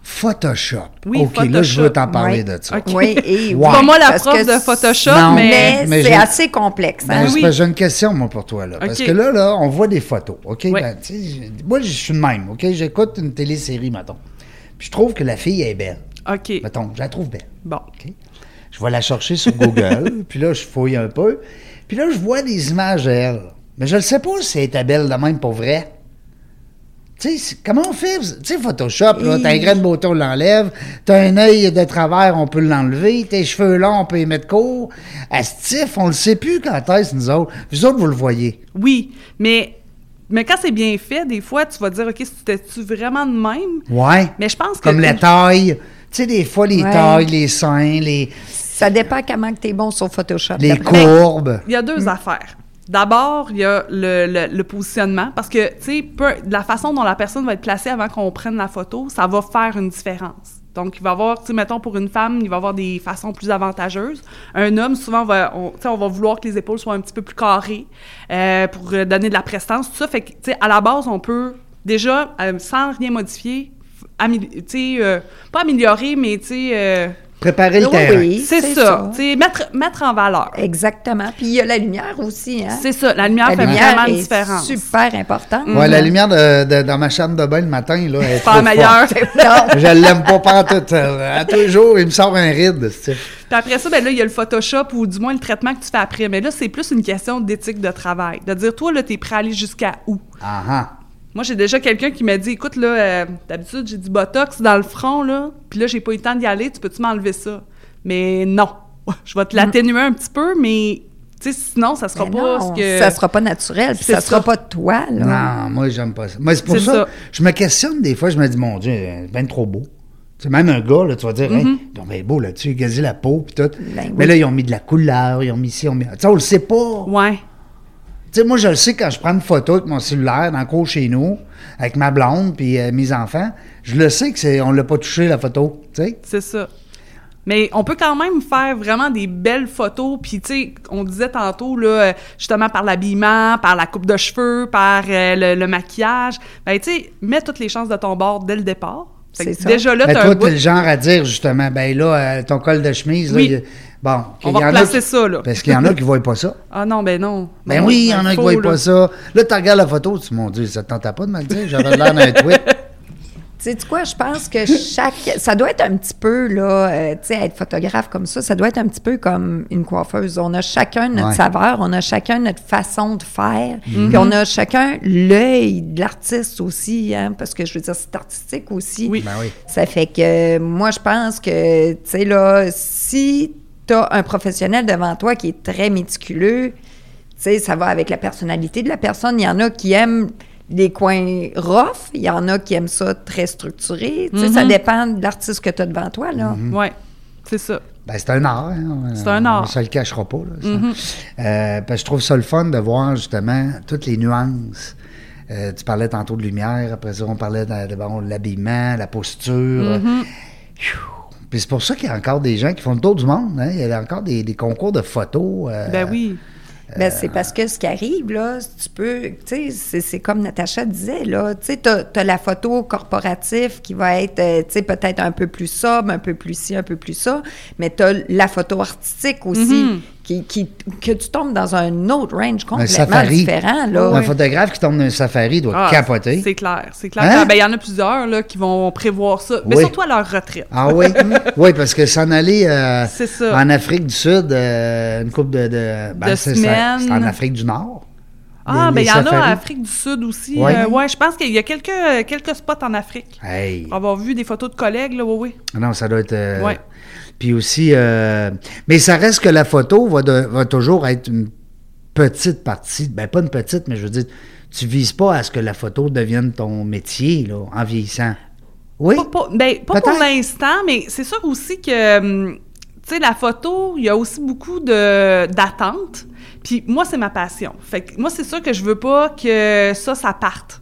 A: Photoshop.
C: Oui,
A: OK, là, je veux
C: Photoshop.
A: t'en parler
B: Ouais.
A: de ça.
C: Ok.
B: Oui, et
A: Wow.
C: Pas moi la
B: parce
C: prof
B: que
C: de Photoshop,
A: Non,
C: mais...
B: Mais,
A: mais
B: c'est
A: j'ai-
B: assez complexe. hein.
A: Ben, c'est
C: oui.
A: parce que J'ai une question, moi, pour toi. Là, Parce
C: OK.
A: que là, là, on voit des photos. OK?
C: Ouais.
A: Ben, tu sais, j'ai- moi, je suis de même. OK? J'écoute une télésérie, mettons. Puis je trouve que la fille est belle.
C: OK.
A: Mettons, je la trouve belle.
C: Bon.
A: OK? Je vais la chercher sur Google, puis là, je fouille un peu. Puis là, je vois des images d'elle. Mais je ne sais pas si elle était belle de même pour vrai. Tu sais, c'est- comment on fait? Tu sais, Photoshop, là, t'as un
B: Et-
A: grain de beauté, on l'enlève. T'as un œil de travers, on peut l'enlever. Tes cheveux longs, on peut les mettre courts. Astif, on le sait plus quand est-ce, nous autres. Vous autres, vous le voyez.
C: Oui, mais, mais quand c'est bien fait, des fois, tu vas te dire, OK, c'était-tu vraiment de même?
A: Ouais.
C: Mais je pense que...
A: Comme la taille. Tu sais, des fois, les
B: Ouais.
A: tailles, les seins, les,
B: Ça dépend comment tu es bon sur Photoshop.
A: les
B: d'après-
A: courbes.
C: Il y a deux
B: Hmm.
C: affaires. D'abord, il y a le, le- le positionnement, parce que, tu sais, peu- la façon dont la personne va être placée avant qu'on prenne la photo, ça va faire une différence. Donc, il va y avoir, tu sais, mettons, pour une femme, il va y avoir des façons plus avantageuses. Un homme, souvent, va, on, tu sais, on va vouloir que les épaules soient un petit peu plus carrées euh, pour euh, donner de la prestance, tout ça. Fait que, tu sais, à la base, on peut déjà, euh, sans rien modifier, amé- tu sais, euh, pas améliorer, mais, tu sais, euh,
A: Préparer le
B: Oui,
A: terrain.
B: oui.
C: c'est
B: c'est
C: ça,
B: ça.
C: tu sais, mettre, mettre en valeur.
B: Exactement. Puis il y a la lumière aussi. Hein?
C: C'est ça, la lumière
B: La
C: fait
B: lumière
C: vraiment Mm. une
B: est
C: différence.
B: super importante.
A: Ouais, la lumière de, de- dans ma chambre de bain le matin, là, elle est
C: Pas
A: trop
C: meilleure.
A: forte.
C: Puis
B: Non.
A: Je l'aime pas pantoute. euh, À tous les jours, il me sort un ride. tu sais.
C: après ça, ben là, il y a le Photoshop ou du moins le traitement que tu fais après. Mais là, c'est plus une question d'éthique de travail. De dire, toi, là, t'es prêt à aller jusqu'à où?
A: Ah ah.
C: Moi, j'ai déjà quelqu'un qui m'a dit, écoute, là, euh, d'habitude, j'ai du Botox dans le front, là, puis là, j'ai pas eu le temps d'y aller, tu peux-tu m'enlever ça? Mais non. Je vais te l'atténuer un petit peu, mais, tu sais, sinon, ça sera
B: Mm. Mais
C: pas
B: non,
C: ce que...
B: Ça sera pas naturel, puis
C: C'est
B: ça sera
C: ça.
B: pas toi. Là.
A: Non, moi, j'aime pas ça. Moi, c'est pour
C: C'est
A: ça,
C: ça.
A: je me questionne des fois. Je me dis, mon Dieu, euh, ben trop beau. Tu sais, même un gars, là, tu vas dire, Hey, ils ont bien beau, là, tu gazé la peau, puis tout.
B: Ben
A: Mais
B: oui.
A: là, ils ont mis de la couleur, ils ont mis ci, ils ont mis. Tu sais, on le sait pas.
C: Ouais.
A: Tu sais, moi, je le sais quand je prends une photo avec mon cellulaire dans le cours chez nous, avec ma blonde, puis euh, mes enfants, je le sais que c'est, on l'a pas touché, la photo. Tu sais?
C: C'est ça. Mais on peut quand même faire vraiment des belles photos. Puis, tu sais, on disait tantôt, là, euh, justement, par l'habillement, par la coupe de cheveux, par euh, le, le maquillage. Ben, tu sais, mets toutes les chances de ton bord dès le départ. Fait
B: C'est
C: que
B: ça.
C: Déjà là,
A: Mais
C: t'as un
A: toi,
C: bout-
A: t'es le genre à dire justement, ben là, euh, ton col de chemise, là,
C: Oui.
A: il- bon,
C: On
A: il
C: va
A: y en a
C: replacer
A: qui-
C: ça, là.
A: Parce qu'il y en a qui voient pas ça.
C: Ah non, ben non.
A: Ben
C: Non,
A: oui, il y en a
C: ben,
A: qui
C: faux,
A: voient
C: là.
A: pas ça. Là, tu regardes la photo, tu dis, mon Dieu, ça te tentait pas de me le dire, j'avais l'air d'un tweet.
B: Tu sais quoi, je pense que chaque... Ça doit être un petit peu, là, euh, tu sais, être photographe comme ça, ça doit être un petit peu comme une coiffeuse. On a chacun notre
A: Ouais. Mhm.
B: saveur, on a chacun notre façon de faire, puis on a chacun l'œil de l'artiste aussi, hein, parce que je veux dire, c'est artistique aussi.
C: Oui.
A: Ben oui.
B: Ça fait que euh, moi, je pense que, tu sais, là, si t'as un professionnel devant toi qui est très méticuleux, tu sais, ça va avec la personnalité de la personne. Il y en a qui aiment les coins rough, il y en a qui aiment ça très structuré. Tu sais, ça
C: Mhm.
B: dépend de l'artiste que tu as devant toi, là.
C: Ouais, c'est ça.
A: Ben, c'est un art. hein.
C: C'est un art. Mhm.
A: On se le cachera pas. Là, ça. Euh, parce que je trouve ça le fun de voir justement toutes les nuances. Euh, tu parlais tantôt de lumière, après ça, on parlait de, de- bon, de l'habillement, la posture.
C: Mhm.
A: Pfiou. Puis c'est pour ça qu'il y a encore des gens qui font le tour du monde. hein. Il y a encore des, des concours de photos. euh,
C: Ben oui.
B: Ben, c'est parce que ce qui arrive, là, tu peux, tu sais, c'est- c'est comme Natacha disait, là, tu sais, t'as t'as la photo corporative qui va être, euh, tu sais, peut-être un peu plus sobre, un peu plus ci, un peu plus ça, mais t'as la photo artistique aussi,
C: Mhm.
B: qui, qui, que tu tombes dans un autre range
A: Un
B: complètement
A: safari.
B: différent, là.
A: Un photographe qui tombe d'un safari doit
C: Ah,
A: capoter.
C: C'est clair, c'est clair.
A: Hein?
C: Ah, Ben, il y en a plusieurs, là, qui vont prévoir ça. Mais
A: Oui.
C: surtout à leur retraite.
A: Ah oui? oui, parce que s'en aller euh,
C: C'est ça.
A: en Afrique du Sud, euh, une coupe de, de, ben,
C: De
A: c'est-
C: semaines.
A: c'est en Afrique du Nord.
C: Ah,
A: Les-
C: ben,
A: les
C: il y en a en
A: safaris.
C: Afrique du Sud aussi.
A: Ouais.
C: Euh, ouais je pense qu'il y a quelques, quelques spots en Afrique.
A: Hey!
C: Pour avoir vu des photos de collègues, là, oui, oui.
A: Non, ça doit être. euh,
C: Ah. Ouais.
A: Puis aussi. euh, mais ça reste que la photo va, de- va toujours être une petite partie. Ben, pas une petite, mais je veux dire, tu vises pas à ce que la photo devienne ton métier, là, en vieillissant. Oui?
C: Pas, pas- ben, pas pour
A: Peut-être.
C: l'instant, mais c'est sûr aussi que, hum, tu sais, la photo, il y a aussi beaucoup de- d'attentes. Puis moi, c'est ma passion. Fait que moi, c'est sûr que je veux pas que ça, ça parte.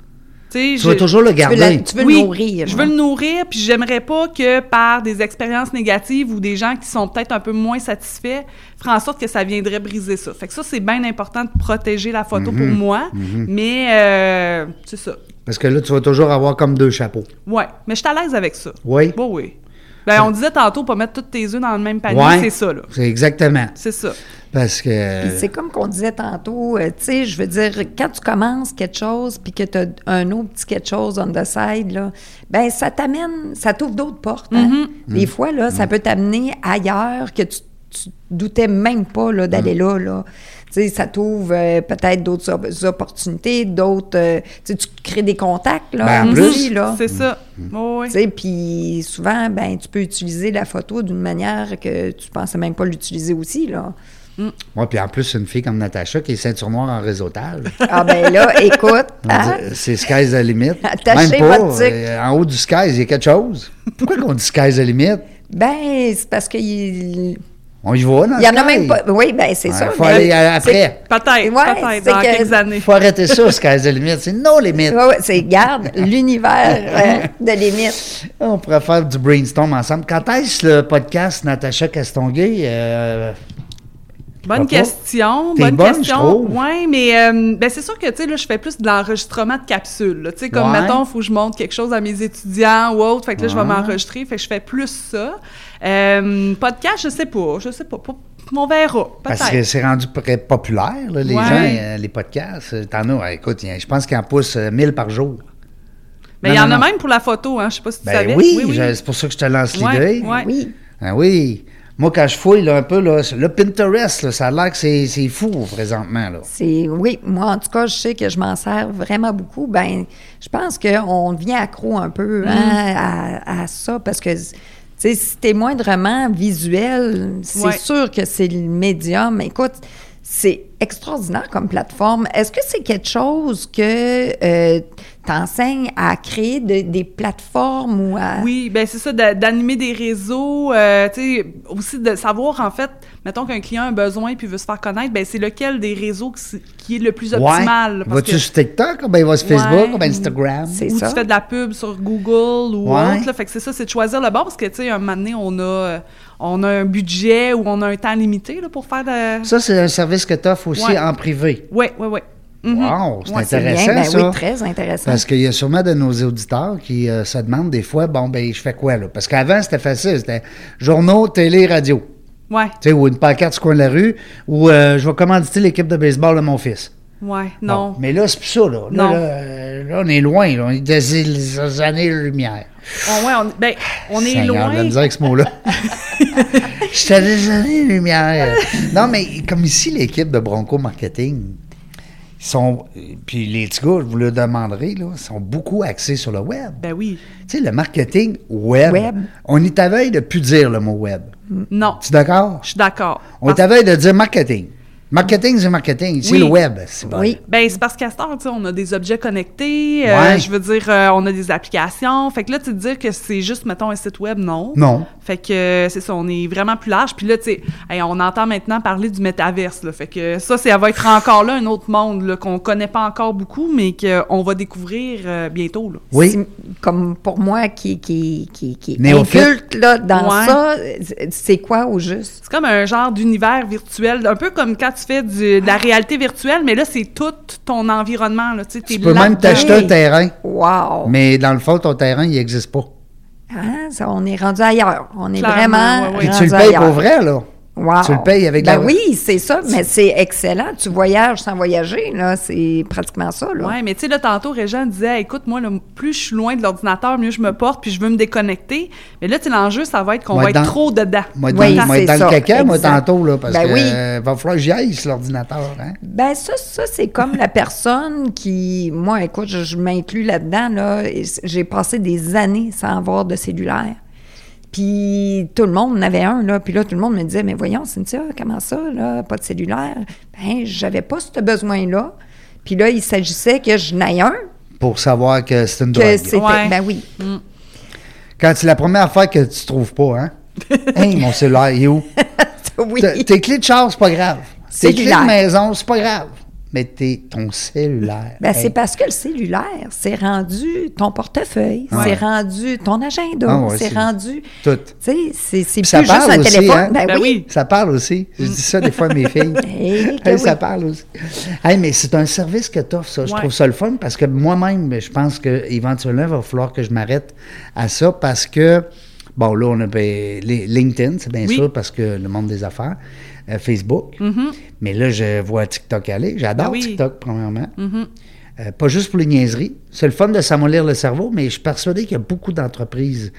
C: Tu sais,
A: Tu vas
C: je-
A: toujours le
B: Tu veux,
A: garder.
B: la- tu veux le
C: Oui,
B: nourrir.
C: Je veux
B: hein.
C: le nourrir, puis j'aimerais pas que par des expériences négatives ou des gens qui sont peut-être un peu moins satisfaits, faire en sorte que ça viendrait briser ça. Fait que ça, c'est bien important de protéger la photo pour
A: Mhm.
C: moi, mais euh, c'est ça.
A: Parce que là, tu vas toujours avoir comme deux chapeaux.
C: Ouais, mais je suis à l'aise avec ça.
A: Oui.
C: Bon, oui. Ben, on disait tantôt, pas mettre toutes tes œufs dans le même panier,
A: Ouais.
C: c'est ça, là.
A: C'est exactement.
C: C'est ça.
A: Parce que.
B: Puis c'est comme qu'on disait tantôt, euh, tu sais, je veux dire, quand tu commences quelque chose puis que tu as un autre petit quelque chose on the side, là, ben ça t'amène, ça t'ouvre d'autres portes. hein.
A: Mm-hmm.
B: Des fois, là, ça peut t'amener ailleurs que tu, tu doutais même pas là, d'aller
A: Mm-hmm.
B: là, là. Tu sais, ça t'ouvre euh, peut-être d'autres op- opportunités, d'autres... euh, tu sais, tu crées des contacts, là,
A: Ben, en plus,
B: aussi,
A: Mm-hmm.
B: là.
C: C'est ça. Bon, oui.
B: Tu sais, puis souvent, ben, tu peux utiliser la photo d'une manière que tu pensais même pas l'utiliser aussi, là.
A: Moi, puis en plus, une fille comme Natacha qui est ceinture noire en réseautage.
B: Ah ben là, écoute,
A: On
B: hein?
A: dit, C'est sky's the limit.
B: Attachez
A: Même pas.
B: votre tic.
A: euh, en haut du sky, il y a quelque chose. Pourquoi qu'on dit sky's the limit?
B: ben c'est parce qu'il
A: On y va, non?
B: il y en a même pas. Oui, ben c'est ça.
A: Il faut
B: mais-
A: aller à-
B: c'est-
A: après.
C: Peut-être,
B: Ouais,
C: peut-être,
B: c'est
C: dans
B: que-
C: quelques
A: Il
C: années.
A: faut arrêter ça, sky's the limit. C'est nos limites.
B: Ouais, ouais, c'est garde l'univers euh, de limites.
A: On pourrait faire du brainstorm ensemble. Quand est-ce le podcast Natacha Castonguay? euh,
C: Bonne
A: Pourquoi pas?
C: question,
A: T'es
C: bonne,
A: bonne, je
C: question.
A: trouve.
C: Oui, mais euh, ben c'est sûr que tu sais là, je fais plus de l'enregistrement de capsules. là. Tu sais comme
A: Ouais.
C: mettons, faut que je montre quelque chose à mes étudiants ou autre. Fait que là, je vais
A: Ouais.
C: m'enregistrer. Fait que je fais plus ça. Euh, podcast, je sais pas, je sais pas. Pas- On verra,
A: parce que
C: peut-être.
A: c'est rendu très populaire, là, les
C: Ouais.
A: gens, euh, les podcasts. Euh, T'en as, euh, écoute, y a- je pense qu'il en pousse euh, 1000 par jour.
C: Mais
A: Non,
C: il y en
A: non,
C: a
A: non.
C: même pour la photo, hein. Je sais pas si tu
A: Ben
C: savais.
A: oui, je- c'est pour ça que je te lance
C: Ouais,
A: l'idée.
C: ouais.
B: Oui.
A: Ah oui. Moi, quand je fouille là, un peu, là, le Pinterest, là, ça a l'air que c'est c'est fou présentement. Là.
B: C'est oui, moi en tout cas, je sais que je m'en sers vraiment beaucoup. Ben, je pense qu'on devient accro un
C: Mm.
B: peu hein, à, à ça parce que tu sais, si t'es moindrement visuel, c'est
C: Ouais.
B: sûr que c'est le médium. Écoute, c'est extraordinaire comme plateforme. Est-ce que c'est quelque chose que euh, t'enseignes à créer de- des plateformes ou
A: Ah.
B: à
C: Oui, ben c'est ça, d'a- d'animer des réseaux, euh, tu sais, aussi de savoir, en fait, mettons qu'un client a un besoin puis veut se faire connaître, ben c'est lequel des réseaux qui, s- qui est le plus optimal. parce
A: Vas-tu
C: que-
A: sur TikTok? ou Ben, il va sur Facebook,
C: Ouais.
A: ou ben Instagram.
B: C'est-
C: ou
B: ça.
C: tu fais de la pub sur Google ou
A: Ouais.
C: autre. Là. Fait que c'est ça, c'est de choisir le bord parce que, tu sais, un moment donné, on a, euh, on a un budget ou on a un temps limité là, pour faire de...
A: Ça, c'est un service que tu offres aussi
C: Ouais. Mm-hmm. Mhm.
A: en privé.
C: Oui, oui, oui.
A: Wow, c'est
B: C'est bien,
A: intéressant,
B: ben
A: ça.
B: oui, très intéressant.
A: Parce qu'il y a sûrement de nos auditeurs qui euh, se demandent des fois, bon, ben, je fais quoi, là? Parce qu'avant, c'était facile. C'était journaux, télé, radio.
C: Ouais,
A: Tu sais, ou une pancarte sur le coin de la rue, ou euh, je vais commanditer l'équipe de baseball de mon fils.
C: ouais, non.
A: Bon, mais là, c'est plus ça, là. Là,
C: Non.
A: là, euh, là, on est loin, là. On est des, des années-lumière.
C: On- ouais, on, ben, on est
A: Seigneur,
C: loin.
A: de la misère avec ce mot-là. J'étais des années-lumière. Non, mais comme ici, l'équipe de Bronco Marketing, ils sont. Puis les petits gars, je vous le demanderai, là, sont beaucoup axés sur le web.
C: Ben oui.
A: Tu sais, le marketing web.
B: Web.
A: On est à veille de plus dire le mot web.
C: Non,
A: Tu es d'accord?
C: je suis d'accord.
A: On est à veille de dire marketing. Marketing, c'est marketing. C'est
C: Ah. Oui.
A: le web. c'est bon.
B: Oui.
C: Ben, c'est parce qu'à cette heure, tu sais, on a des objets connectés, euh,
A: Ouais.
C: je veux dire, euh, on a des applications. Fait que là, tu te dire que c'est juste, mettons, un site web, non.
A: Non.
C: Fait que euh, c'est ça, on est vraiment plus large. Puis là, tu sais, hey, on entend maintenant parler du métaverse, là. Fait que ça, ça va être encore là un autre monde, là, qu'on connaît pas encore beaucoup, mais qu'on va découvrir euh, bientôt, là.
A: Oui.
B: C'est- Comme pour moi, qui, qui, qui, qui est
A: Néophyte.
B: inculte là, dans
C: Ouais.
B: ça, c'est- c'est quoi au juste?
C: C'est comme un genre d'univers virtuel, un peu comme quand tu fais du- de la réalité virtuelle, mais là, c'est tout ton environnement, là. Tu sais, t'es
A: Tu peux
C: là-dedans.
A: même t'acheter un
B: Hey.
A: terrain,
B: Wow!
A: mais dans le fond, ton terrain, il n'existe pas.
B: Hein, ça, on est rendu ailleurs. On est
C: Clairement,
B: vraiment
C: ouais, ouais.
A: Puis
B: rendu
A: tu le payes
B: ailleurs.
A: pour vrai, là.
B: Wow.
A: Tu le payes avec
B: ben
A: la-
B: oui, c'est ça, mais c'est excellent. Tu voyages sans voyager, là, c'est pratiquement ça, là.
C: Oui, mais tu sais, là, tantôt, Régent disait, écoute, moi, là, plus je suis loin de l'ordinateur, mieux je me porte, puis je veux me déconnecter. Mais là, tu sais, l'enjeu, ça va être qu'on
A: Moi,
C: va être
A: dans-
C: trop dedans.
A: Moi, dans,
B: Oui,
A: moi,
B: c'est
A: dans
B: ça,
A: le caca, moi,
B: exact.
A: tantôt, là, parce
B: Ben
A: que
B: oui.
A: euh, va falloir que j'y aille sur l'ordinateur, hein?
B: Ben ça, ça c'est comme la personne qui, moi, écoute, je, je m'inclus là-dedans. Là, et c- j'ai passé des années sans avoir de cellulaire. Puis tout le monde en avait un là. Puis là, tout le monde me disait, mais voyons, Cynthia, comment ça, là, pas de cellulaire Ben, j'avais pas ce besoin-là. Puis là, il s'agissait que je n'aille un,
A: Pour savoir que c'est une
B: que
A: drogue.
B: c'était,
C: Ouais.
B: ben oui.
A: Quand c'est la première affaire que tu trouves pas, hein? hey, mon cellulaire, il est où?
B: oui.
A: T- Tes clés de char, c'est pas grave. Tes clés de
B: Cellulaire.
A: maison, c'est pas grave. Mais t'es ton cellulaire.
B: Ben,
A: Hey.
B: C'est parce que le cellulaire, c'est rendu ton portefeuille,
A: Ouais.
B: c'est rendu ton agenda,
A: Ah ouais,
B: c'est
A: c'est-
B: rendu.
A: Tout.
B: Tu sais, c'est- c'est plus
A: ça
B: juste
A: parle
B: un
A: aussi,
B: téléphone.
A: hein?
B: Ben,
C: Ben
B: oui.
C: oui.
A: Ça parle aussi. Je dis ça des fois à mes filles.
B: Eh, que
A: Hey, ça
B: oui.
A: parle aussi. Hey, mais c'est un service que tu ça. Je
C: Ouais.
A: trouve ça le fun parce que moi-même, je pense qu'éventuellement, il va falloir que je m'arrête à ça parce que, bon, là, on a ben, les- LinkedIn, c'est bien
C: Oui.
A: sûr, parce que le monde des affaires, euh, Facebook. Mais là, je vois TikTok aller. J'adore
C: Ben oui.
A: TikTok, premièrement. Euh, pas juste pour les niaiseries. C'est le fun de s'amollir le cerveau, mais je suis persuadé qu'il y a beaucoup d'entreprises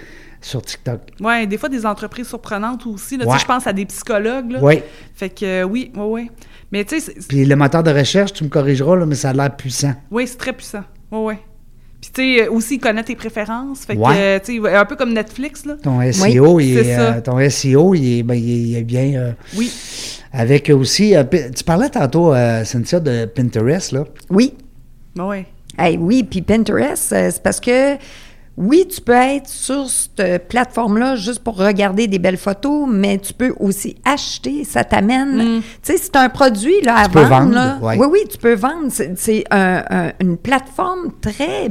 A: sur TikTok.
C: Oui, des fois des entreprises surprenantes aussi. Là, Tu
A: Ouais.
C: sais, Je pense à des psychologues. Là.
A: Ouais.
C: Fait que euh, oui, oui, oui. Mais tu sais, c'est-
A: Puis le moteur de recherche, tu me corrigeras, là, mais ça a l'air puissant.
C: Oui, c'est très puissant. Oui, oui. Puis, tu sais, aussi, il connaît tes préférences. Fait que,
A: Ouais.
C: euh, tu sais, un peu comme Netflix, là.
A: Ton SEO, il
C: c'est
A: est,
C: ça.
A: euh, ton SEO, il est, ben, il est- il est bien. euh,
C: Oui.
A: avec aussi, euh, P- tu parlais tantôt, euh, Cynthia, de Pinterest, là.
B: Oui.
C: Oui.
B: Hey, oui, puis Pinterest, euh, c'est parce que oui, tu peux être sur cette plateforme-là juste pour regarder des belles photos, mais tu peux aussi acheter. Ça
C: Mm.
B: t'amène. Tu sais, c'est un produit là, à
A: Tu peux
B: vendre.
A: vendre,
B: là.
A: ouais.
B: Oui, oui, tu peux vendre. C'est c'est un- un- une plateforme très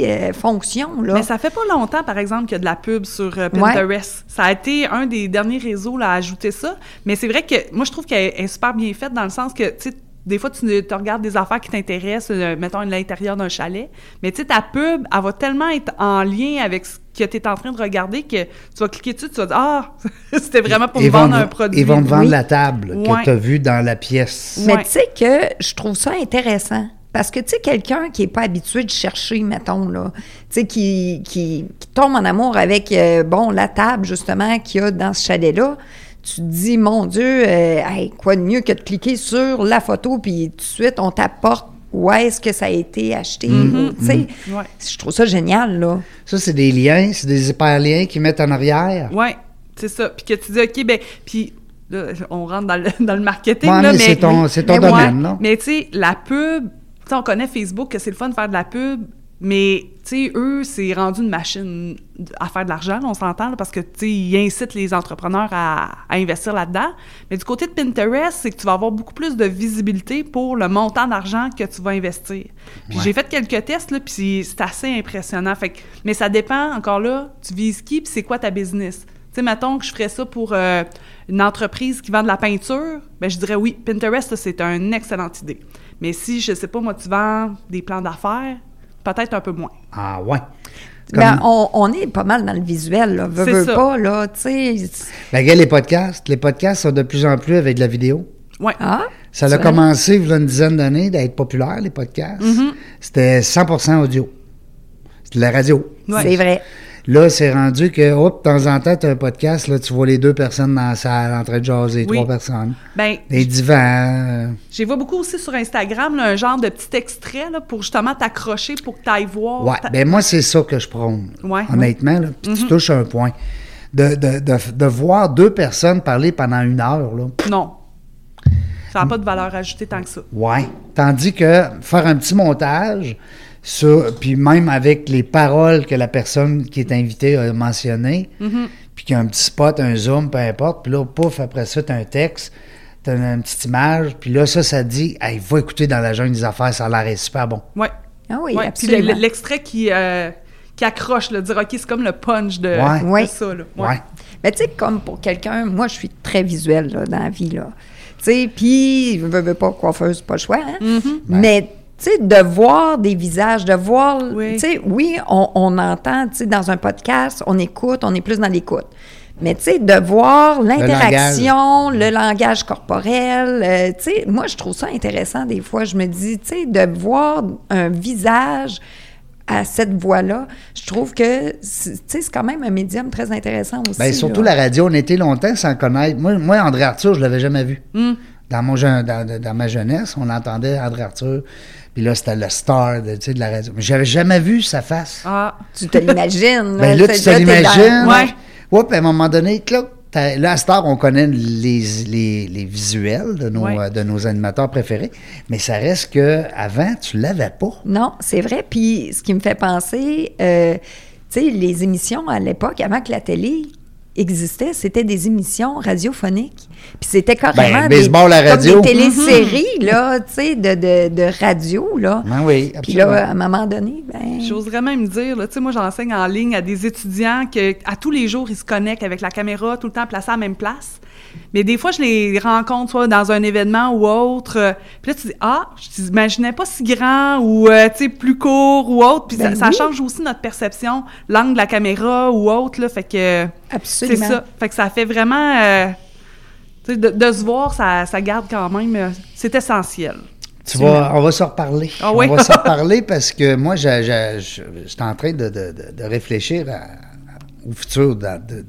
B: multifonction. là.
C: Mais ça fait pas longtemps, par exemple, qu'il y a de la pub sur euh, Pinterest. Ça a été un des derniers réseaux là, à ajouter ça. Mais c'est vrai que moi, je trouve qu'elle est super bien faite dans le sens que, tu sais, des fois, tu te regardes des affaires qui t'intéressent, euh, mettons, à l'intérieur d'un chalet. Mais tu sais, ta pub, elle va tellement être en lien avec ce que tu es en train de regarder que tu vas cliquer dessus, tu vas dire Ah, c'était vraiment pour me
A: vont
C: vendre
A: te-
C: un produit.
A: Ils vont te vendre
B: Oui.
A: la table que
C: Ouais.
A: tu as vue dans la pièce.
B: Mais
C: Ouais.
B: tu sais que je trouve ça intéressant. Parce que, tu sais, quelqu'un qui n'est pas habitué de chercher, mettons, là, tu sais, qui, qui, qui tombe en amour avec, euh, bon, la table, justement, qu'il y a dans ce chalet-là, tu te dis, mon Dieu, euh, hey, quoi de mieux que de cliquer sur la photo, puis tout de suite, on t'apporte où est-ce que ça a été acheté. ou, Tu sais,
C: Mhm. Ouais.
B: je trouve ça génial, là.
A: Ça, c'est des liens, c'est des hyperliens qu'ils mettent en arrière.
C: Ouais, c'est ça. Puis que tu dis, OK, ben, puis là, on rentre dans le, dans le marketing,
A: Ouais,
C: là,
A: mais
C: mais...
A: c'est ton- c'est ton
C: mais
A: domaine, non?
C: Mais tu sais, la pub, tu sais, on connaît Facebook, que c'est le fun de faire de la pub, mais tu sais, eux, c'est rendu une machine à faire de l'argent, là, on s'entend, là, parce que tu sais, ils incitent les entrepreneurs à, à investir là-dedans. Mais du côté de Pinterest, c'est que tu vas avoir beaucoup plus de visibilité pour le montant d'argent que tu vas investir. Puis j'ai fait quelques tests, là, puis c'est assez impressionnant. Fait que- mais ça dépend, encore là, tu vises qui, puis c'est quoi ta business. Tu sais, mettons que je ferais ça pour euh, une entreprise qui vend de la peinture, ben je dirais oui, Pinterest, là, c'est une excellente idée. Mais si, je sais pas, moi, tu vends des plans d'affaires, peut-être un peu moins.
A: Ah, ouais.
B: Ben,
A: Comme-
B: on, on est pas mal dans le visuel, là. Veux,
C: C'est
B: veux
C: ça.
B: pas, là, tu sais.
A: Ben, regarde les podcasts. Les podcasts sont de plus en plus avec de la vidéo.
C: Ouais.
B: Ah,
A: Ça
B: tu
A: a
B: vois?
A: commencé, il y a une dizaine d'années, d'être populaire, les podcasts.
C: Mm-hmm.
A: C'était 100 audio. C'était de la radio.
C: Ouais.
B: C'est vrai.
A: Là, c'est rendu que, hop, de temps en temps, tu un podcast, là, tu vois les deux personnes dans la salle en train de jaser,
C: Oui.
A: trois personnes.
C: Ben,
A: Des divans. euh,
C: j'ai vois beaucoup aussi sur Instagram là, un genre de petit extrait là, pour justement t'accrocher pour que t'ailles voir.
A: Ouais.
C: Oh, Ta-
A: Ben, moi, c'est ça que je prône.
C: Ouais. Mhm.
A: Honnêtement, là. Puis tu touches un point. De, de, de, de voir deux personnes parler pendant une heure, là.
C: Non. Ça n'a pas de valeur ajoutée tant que ça.
A: Ouais. Tandis que faire un petit montage, sur, puis même avec les paroles que la personne qui est invitée a mentionnées, puis qu'il y a un petit spot, un zoom, peu importe, puis là, pouf, après ça, t'as un texte, t'as une, une petite image, puis là, ça, ça dit, hey, va écouter dans la jungle des affaires, ça a l'air super bon.
C: Ouais.
B: Ah oui,
C: Ouais, puis le-
B: absolument.
C: le- l'extrait qui, euh, qui accroche, le dire OK, c'est comme le punch de,
A: Ouais.
C: de
B: Ouais.
C: ça. Là.
A: Ouais.
B: Mais tu sais, comme pour quelqu'un, moi, je suis très visuelle là, dans la vie. Là. Tu sais, puis, je veux, veux pas, coiffeuse, pas le choix. hein. Mais, tu sais, de voir des visages, de voir.
C: Oui.
B: Tu sais, oui, on, on entend, tu sais, dans un podcast, on écoute, on est plus dans l'écoute. Mais, tu sais, de voir l'interaction, le langage, corporel, euh, tu sais, moi, je trouve ça intéressant des fois. Je me dis, tu sais, de voir un visage à cette voix-là, je trouve que, c'est- tu sais, c'est quand même un médium très intéressant aussi.
A: Ben, surtout
B: là.
A: la radio, on était longtemps sans connaître. Moi, moi André Arthur, je l'avais jamais vu. Dans, mon, jeun- dans, dans- dans ma jeunesse, on entendait André Arthur, puis là, c'était le star de, tu sais, de la radio. Mais j'avais jamais vu sa face.
C: Ah.
B: Tu te l'imagines.
A: Ben là, tu te
B: t'es- t'es dans-
A: l'imagines.
C: Ouais.
A: Ouais, puis à un moment donné, cloc, t'as- là, à cette heure, on connaît les, les, les visuels de nos,
C: Ouais.
A: euh, de nos animateurs préférés, mais ça reste que avant, tu l'avais pas.
B: Non, c'est vrai. Puis ce qui me fait penser, euh, tu sais, les émissions à l'époque, avant que la télé existait, c'était des émissions radiophoniques. Puis c'était
A: Ben,
B: carrément
A: baseball
B: des,
A: à radio.
B: comme des téléséries,
C: Mm-hmm.
B: là, tu sais, de, de, de radio, là.
A: Ben oui,
B: Puis là,
A: absolument.
B: à un moment donné, ben...
C: J'oserais même dire, là, tu sais, moi, j'enseigne en ligne à des étudiants que, à tous les jours, ils se connectent avec la caméra, tout le temps placés à la même place. Mais des fois, je les rencontre, soit dans un événement ou autre. euh, Puis là, tu dis, ah, je t'imaginais pas si grand ou, euh, tu sais, plus court ou autre. Puis
B: Ben
C: ça, ça
B: oui.
C: change aussi notre perception, l'angle de la caméra ou autre, là. Fait que. C'est
B: absolument.
C: ça. Fait que ça fait vraiment. euh, tu sais, de, de se voir, ça, ça garde quand même. euh, C'est essentiel.
A: Tu vas, on va s'en reparler.
C: Ah oui.
A: On va s'en reparler parce que moi, j'ai- j'ai- je je suis en train de, de- de- de réfléchir à- au futur de- de-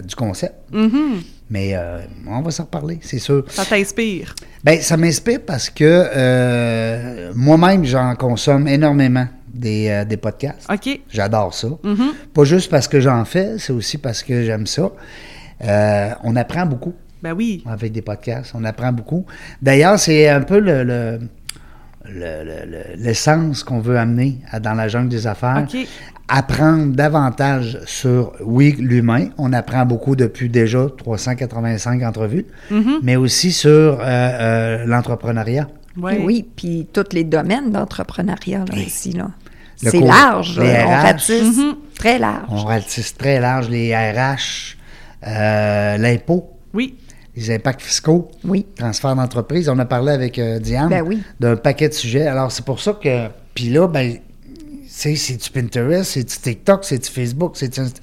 A: de- du concept.
C: Mm-hmm.
A: Mais euh, on va s'en reparler, c'est sûr.
C: Ça t'inspire.
A: Ben, ça m'inspire parce que euh, moi-même, j'en consomme énormément des, euh, des podcasts.
C: OK. Mm-hmm.
A: J'adore ça.
C: Mhm.
A: Pas juste parce que j'en fais, c'est aussi parce que j'aime ça. Euh, on apprend beaucoup
C: Ben oui.
A: avec des podcasts. On apprend beaucoup. D'ailleurs, c'est un peu le, le- le- le- le- l'essence qu'on veut amener à- dans la jungle des affaires.
C: OK.
A: Apprendre davantage sur, oui, l'humain. On apprend beaucoup depuis déjà 385 entrevues, mais aussi sur euh, euh, l'entrepreneuriat.
C: Ouais.
B: Oui, puis tous les domaines d'entrepreneuriat, là, aussi, là.
A: Le
B: C'est
A: cours-
B: large,
A: les RH.
B: là, on ratisse
C: Mm-hmm.
B: très large.
A: On ratisse très large les RH, euh, l'impôt,
C: Oui.
A: les impacts fiscaux.
B: Oui.
A: transfert d'entreprise. On a parlé avec euh, Diane
B: Ben oui.
A: d'un paquet de sujets. Alors, c'est pour ça que. Puis là, ben, c'est, c'est-tu Pinterest, c'est-tu TikTok, c'est-tu Facebook, c'est-tu Inst-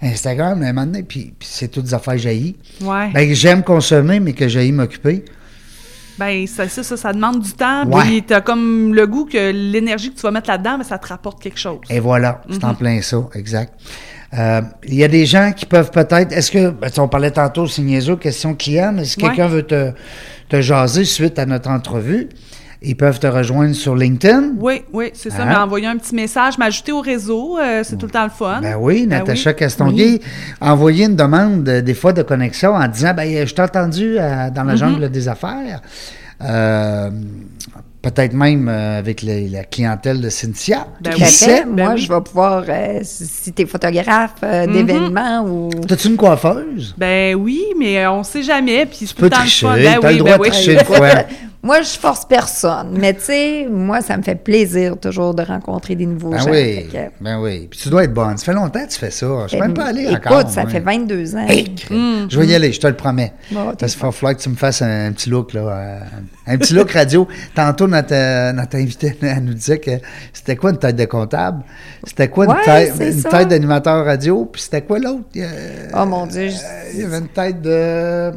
A: Instagram, à un moment donné, puis, puis c'est toutes des affaires jaillies.
C: Ouais.
A: Ben, que j'aime consommer, mais que j'aille m'occuper.
C: Ben, ça, ça, ça, ça demande du temps.
A: Ouais.
C: Puis t'as comme le goût que l'énergie que tu vas mettre là-dedans, ben, ça te rapporte quelque chose.
A: Et voilà, c'est en plein ça, exact. Euh, Il y a des gens qui peuvent peut-être. Est-ce que. ben, tu sais, on parlait tantôt, c'est niaiseux, question client, mais si
C: Ouais.
A: quelqu'un veut te, te jaser suite à notre entrevue, ils peuvent te rejoindre sur LinkedIn.
C: Oui, oui, c'est ça.
A: Hein?
C: Mais envoyer un petit message, m'ajouter au réseau, euh, c'est tout le temps le fun.
A: Ben oui, Natacha Castonguay, envoyer une demande euh, des fois de connexion en disant ben, Je t'ai entendu euh, dans la jungle des affaires. Euh, Peut-être même euh, avec les- la clientèle de Cynthia.
C: Ben
A: qui
B: Tout à
C: oui.
A: sait?
B: fait. Moi,
C: Ben oui. Mm-hmm.
B: je vais pouvoir, euh, si si t'es photographe euh, d'événements ou...
A: T'as-tu une coiffeuse?
C: Ben oui, mais euh, on sait jamais. Puis c'est tout
A: peux
C: le temps le
A: tricher,
C: fun.
A: t'as
C: Ben
A: le
C: oui,
A: droit
C: ben
A: de
C: oui.
A: tricher une fois.
B: Moi, je force personne, mais tu sais, moi, ça me fait plaisir toujours de rencontrer des nouveaux
A: Ben
B: gens.
A: oui,
B: Fait
A: ben oui. Puis tu dois être bonne. Ça fait longtemps que tu fais ça. Je
B: que-
A: suis même pas allé
B: Écoute,
A: encore.
B: ça
A: moi.
B: fait 22 ans.
A: Hey, crème. Je vais y aller, je te le promets.
B: Mm. Bon,
A: Parce qu'il va falloir que tu me fasses un, un petit look, là. euh, un petit look radio. Tantôt, notre, euh, notre invité elle nous disait que c'était quoi une tête de comptable? C'était quoi une
B: Ouais,
A: tête,
B: c'est
A: une
B: ça.
A: tête d'animateur radio? Puis c'était quoi l'autre? Euh,
B: Oh mon Dieu, je-
A: Il y avait une tête de.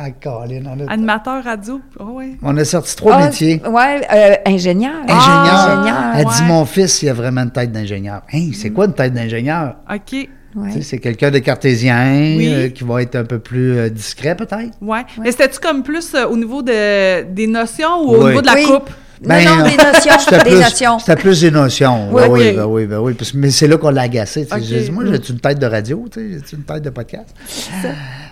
A: Ah, Colin, on a,
C: Animateur radio. Ah ouais.
A: on a sorti trois
B: Ah,
A: métiers.
B: Ouais, euh, ingénieur.
A: Ingénieur.
B: Ah, Mm.
A: Elle dit
C: ouais.
A: Mon fils, il a vraiment une tête d'ingénieur. Hein, c'est quoi une tête d'ingénieur?
C: OK.
B: ouais.
A: Tu sais, C'est quelqu'un de cartésien
C: Oui.
A: euh, qui va être un peu plus euh, discret, peut-être?
C: Ouais. Mais c'était-tu comme plus euh, au niveau de, des notions ou au
A: Oui.
C: niveau de la
B: Oui.
C: coupe?
B: Non, non, des notions,
A: Ben, C'était
B: des
A: plus-
B: notions.
A: C'était plus des notions.
C: Oui,
A: ben oui,
C: ok.
A: ben oui, ben oui. Parce- mais c'est là qu'on l'a agacé. tu sais.
C: Ok.
A: J'ai dit, moi,
B: Mm.
A: j'ai une tête de radio, tu sais, j'ai une tête de podcast.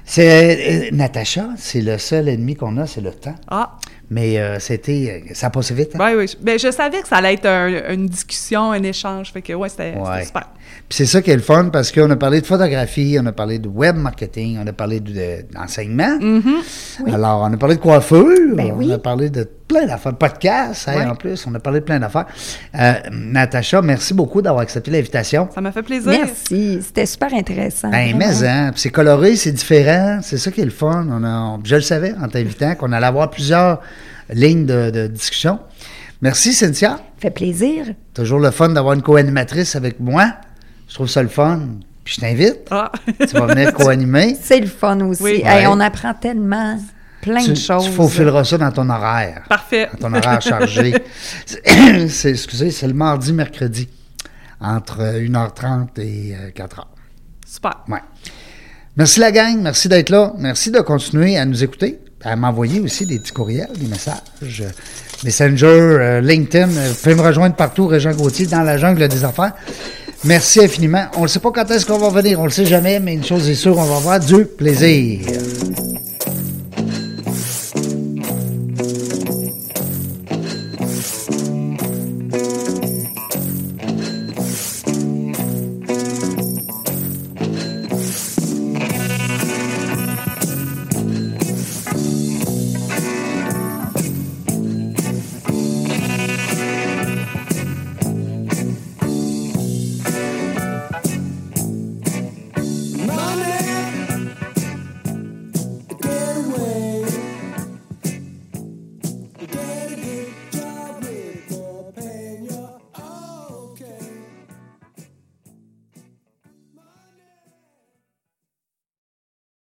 A: C'est euh, Natacha, c'est le seul ennemi qu'on a, c'est le temps.
C: Ah,
A: Mais euh, c'était, euh, ça passe vite. hein.
C: ben oui. je- Ben, je savais que ça allait être un- une discussion, un échange. Fait que, ouais, c'était c'était
A: Ouais.
C: Euh, super.
A: Puis c'est ça qui est le fun parce qu'on a parlé de photographie, on a parlé de web marketing, on a parlé de- de- d'enseignement.
C: Mm-hmm.
A: Alors, on a parlé de coiffure,
B: Ben
A: on
B: oui.
A: a parlé de plein d'affaires, podcast hein,
C: Ouais.
A: en plus, on a parlé de plein d'affaires. Euh, Natacha, merci beaucoup d'avoir accepté l'invitation.
C: Ça m'a fait plaisir.
B: Merci, c'était super intéressant.
A: Ben, mais hein, puis c'est coloré, c'est différent, c'est ça qui est le fun. On a- on- je le savais en t'invitant qu'on allait avoir plusieurs lignes de, de discussion. Merci Cynthia,
B: fait plaisir.
A: toujours le fun d'avoir une co-animatrice avec moi. Je trouve ça le fun. Puis je t'invite.
C: Ah.
A: Tu vas venir co-animer.
B: C'est le fun aussi.
C: Oui.
A: Ouais.
B: Hey, on apprend tellement plein
A: Tu,
B: de
A: tu
B: choses.
A: faufileras ça dans ton horaire.
C: Parfait.
A: Dans ton horaire chargé. C'est- c'est- excusez, c'est le mardi, mercredi, entre euh, 1h30 et euh, 4h.
C: Super.
A: Ouais. Merci la gang, merci d'être là. Merci de continuer à nous écouter, à m'envoyer aussi des petits courriels, des messages. euh, Messenger, euh, LinkedIn, euh, vous pouvez me rejoindre partout, Régent Gauthier, dans la jungle des affaires. Merci infiniment. On ne sait pas quand est-ce qu'on va venir, on ne le sait jamais, mais une chose est sûre, on va avoir du plaisir.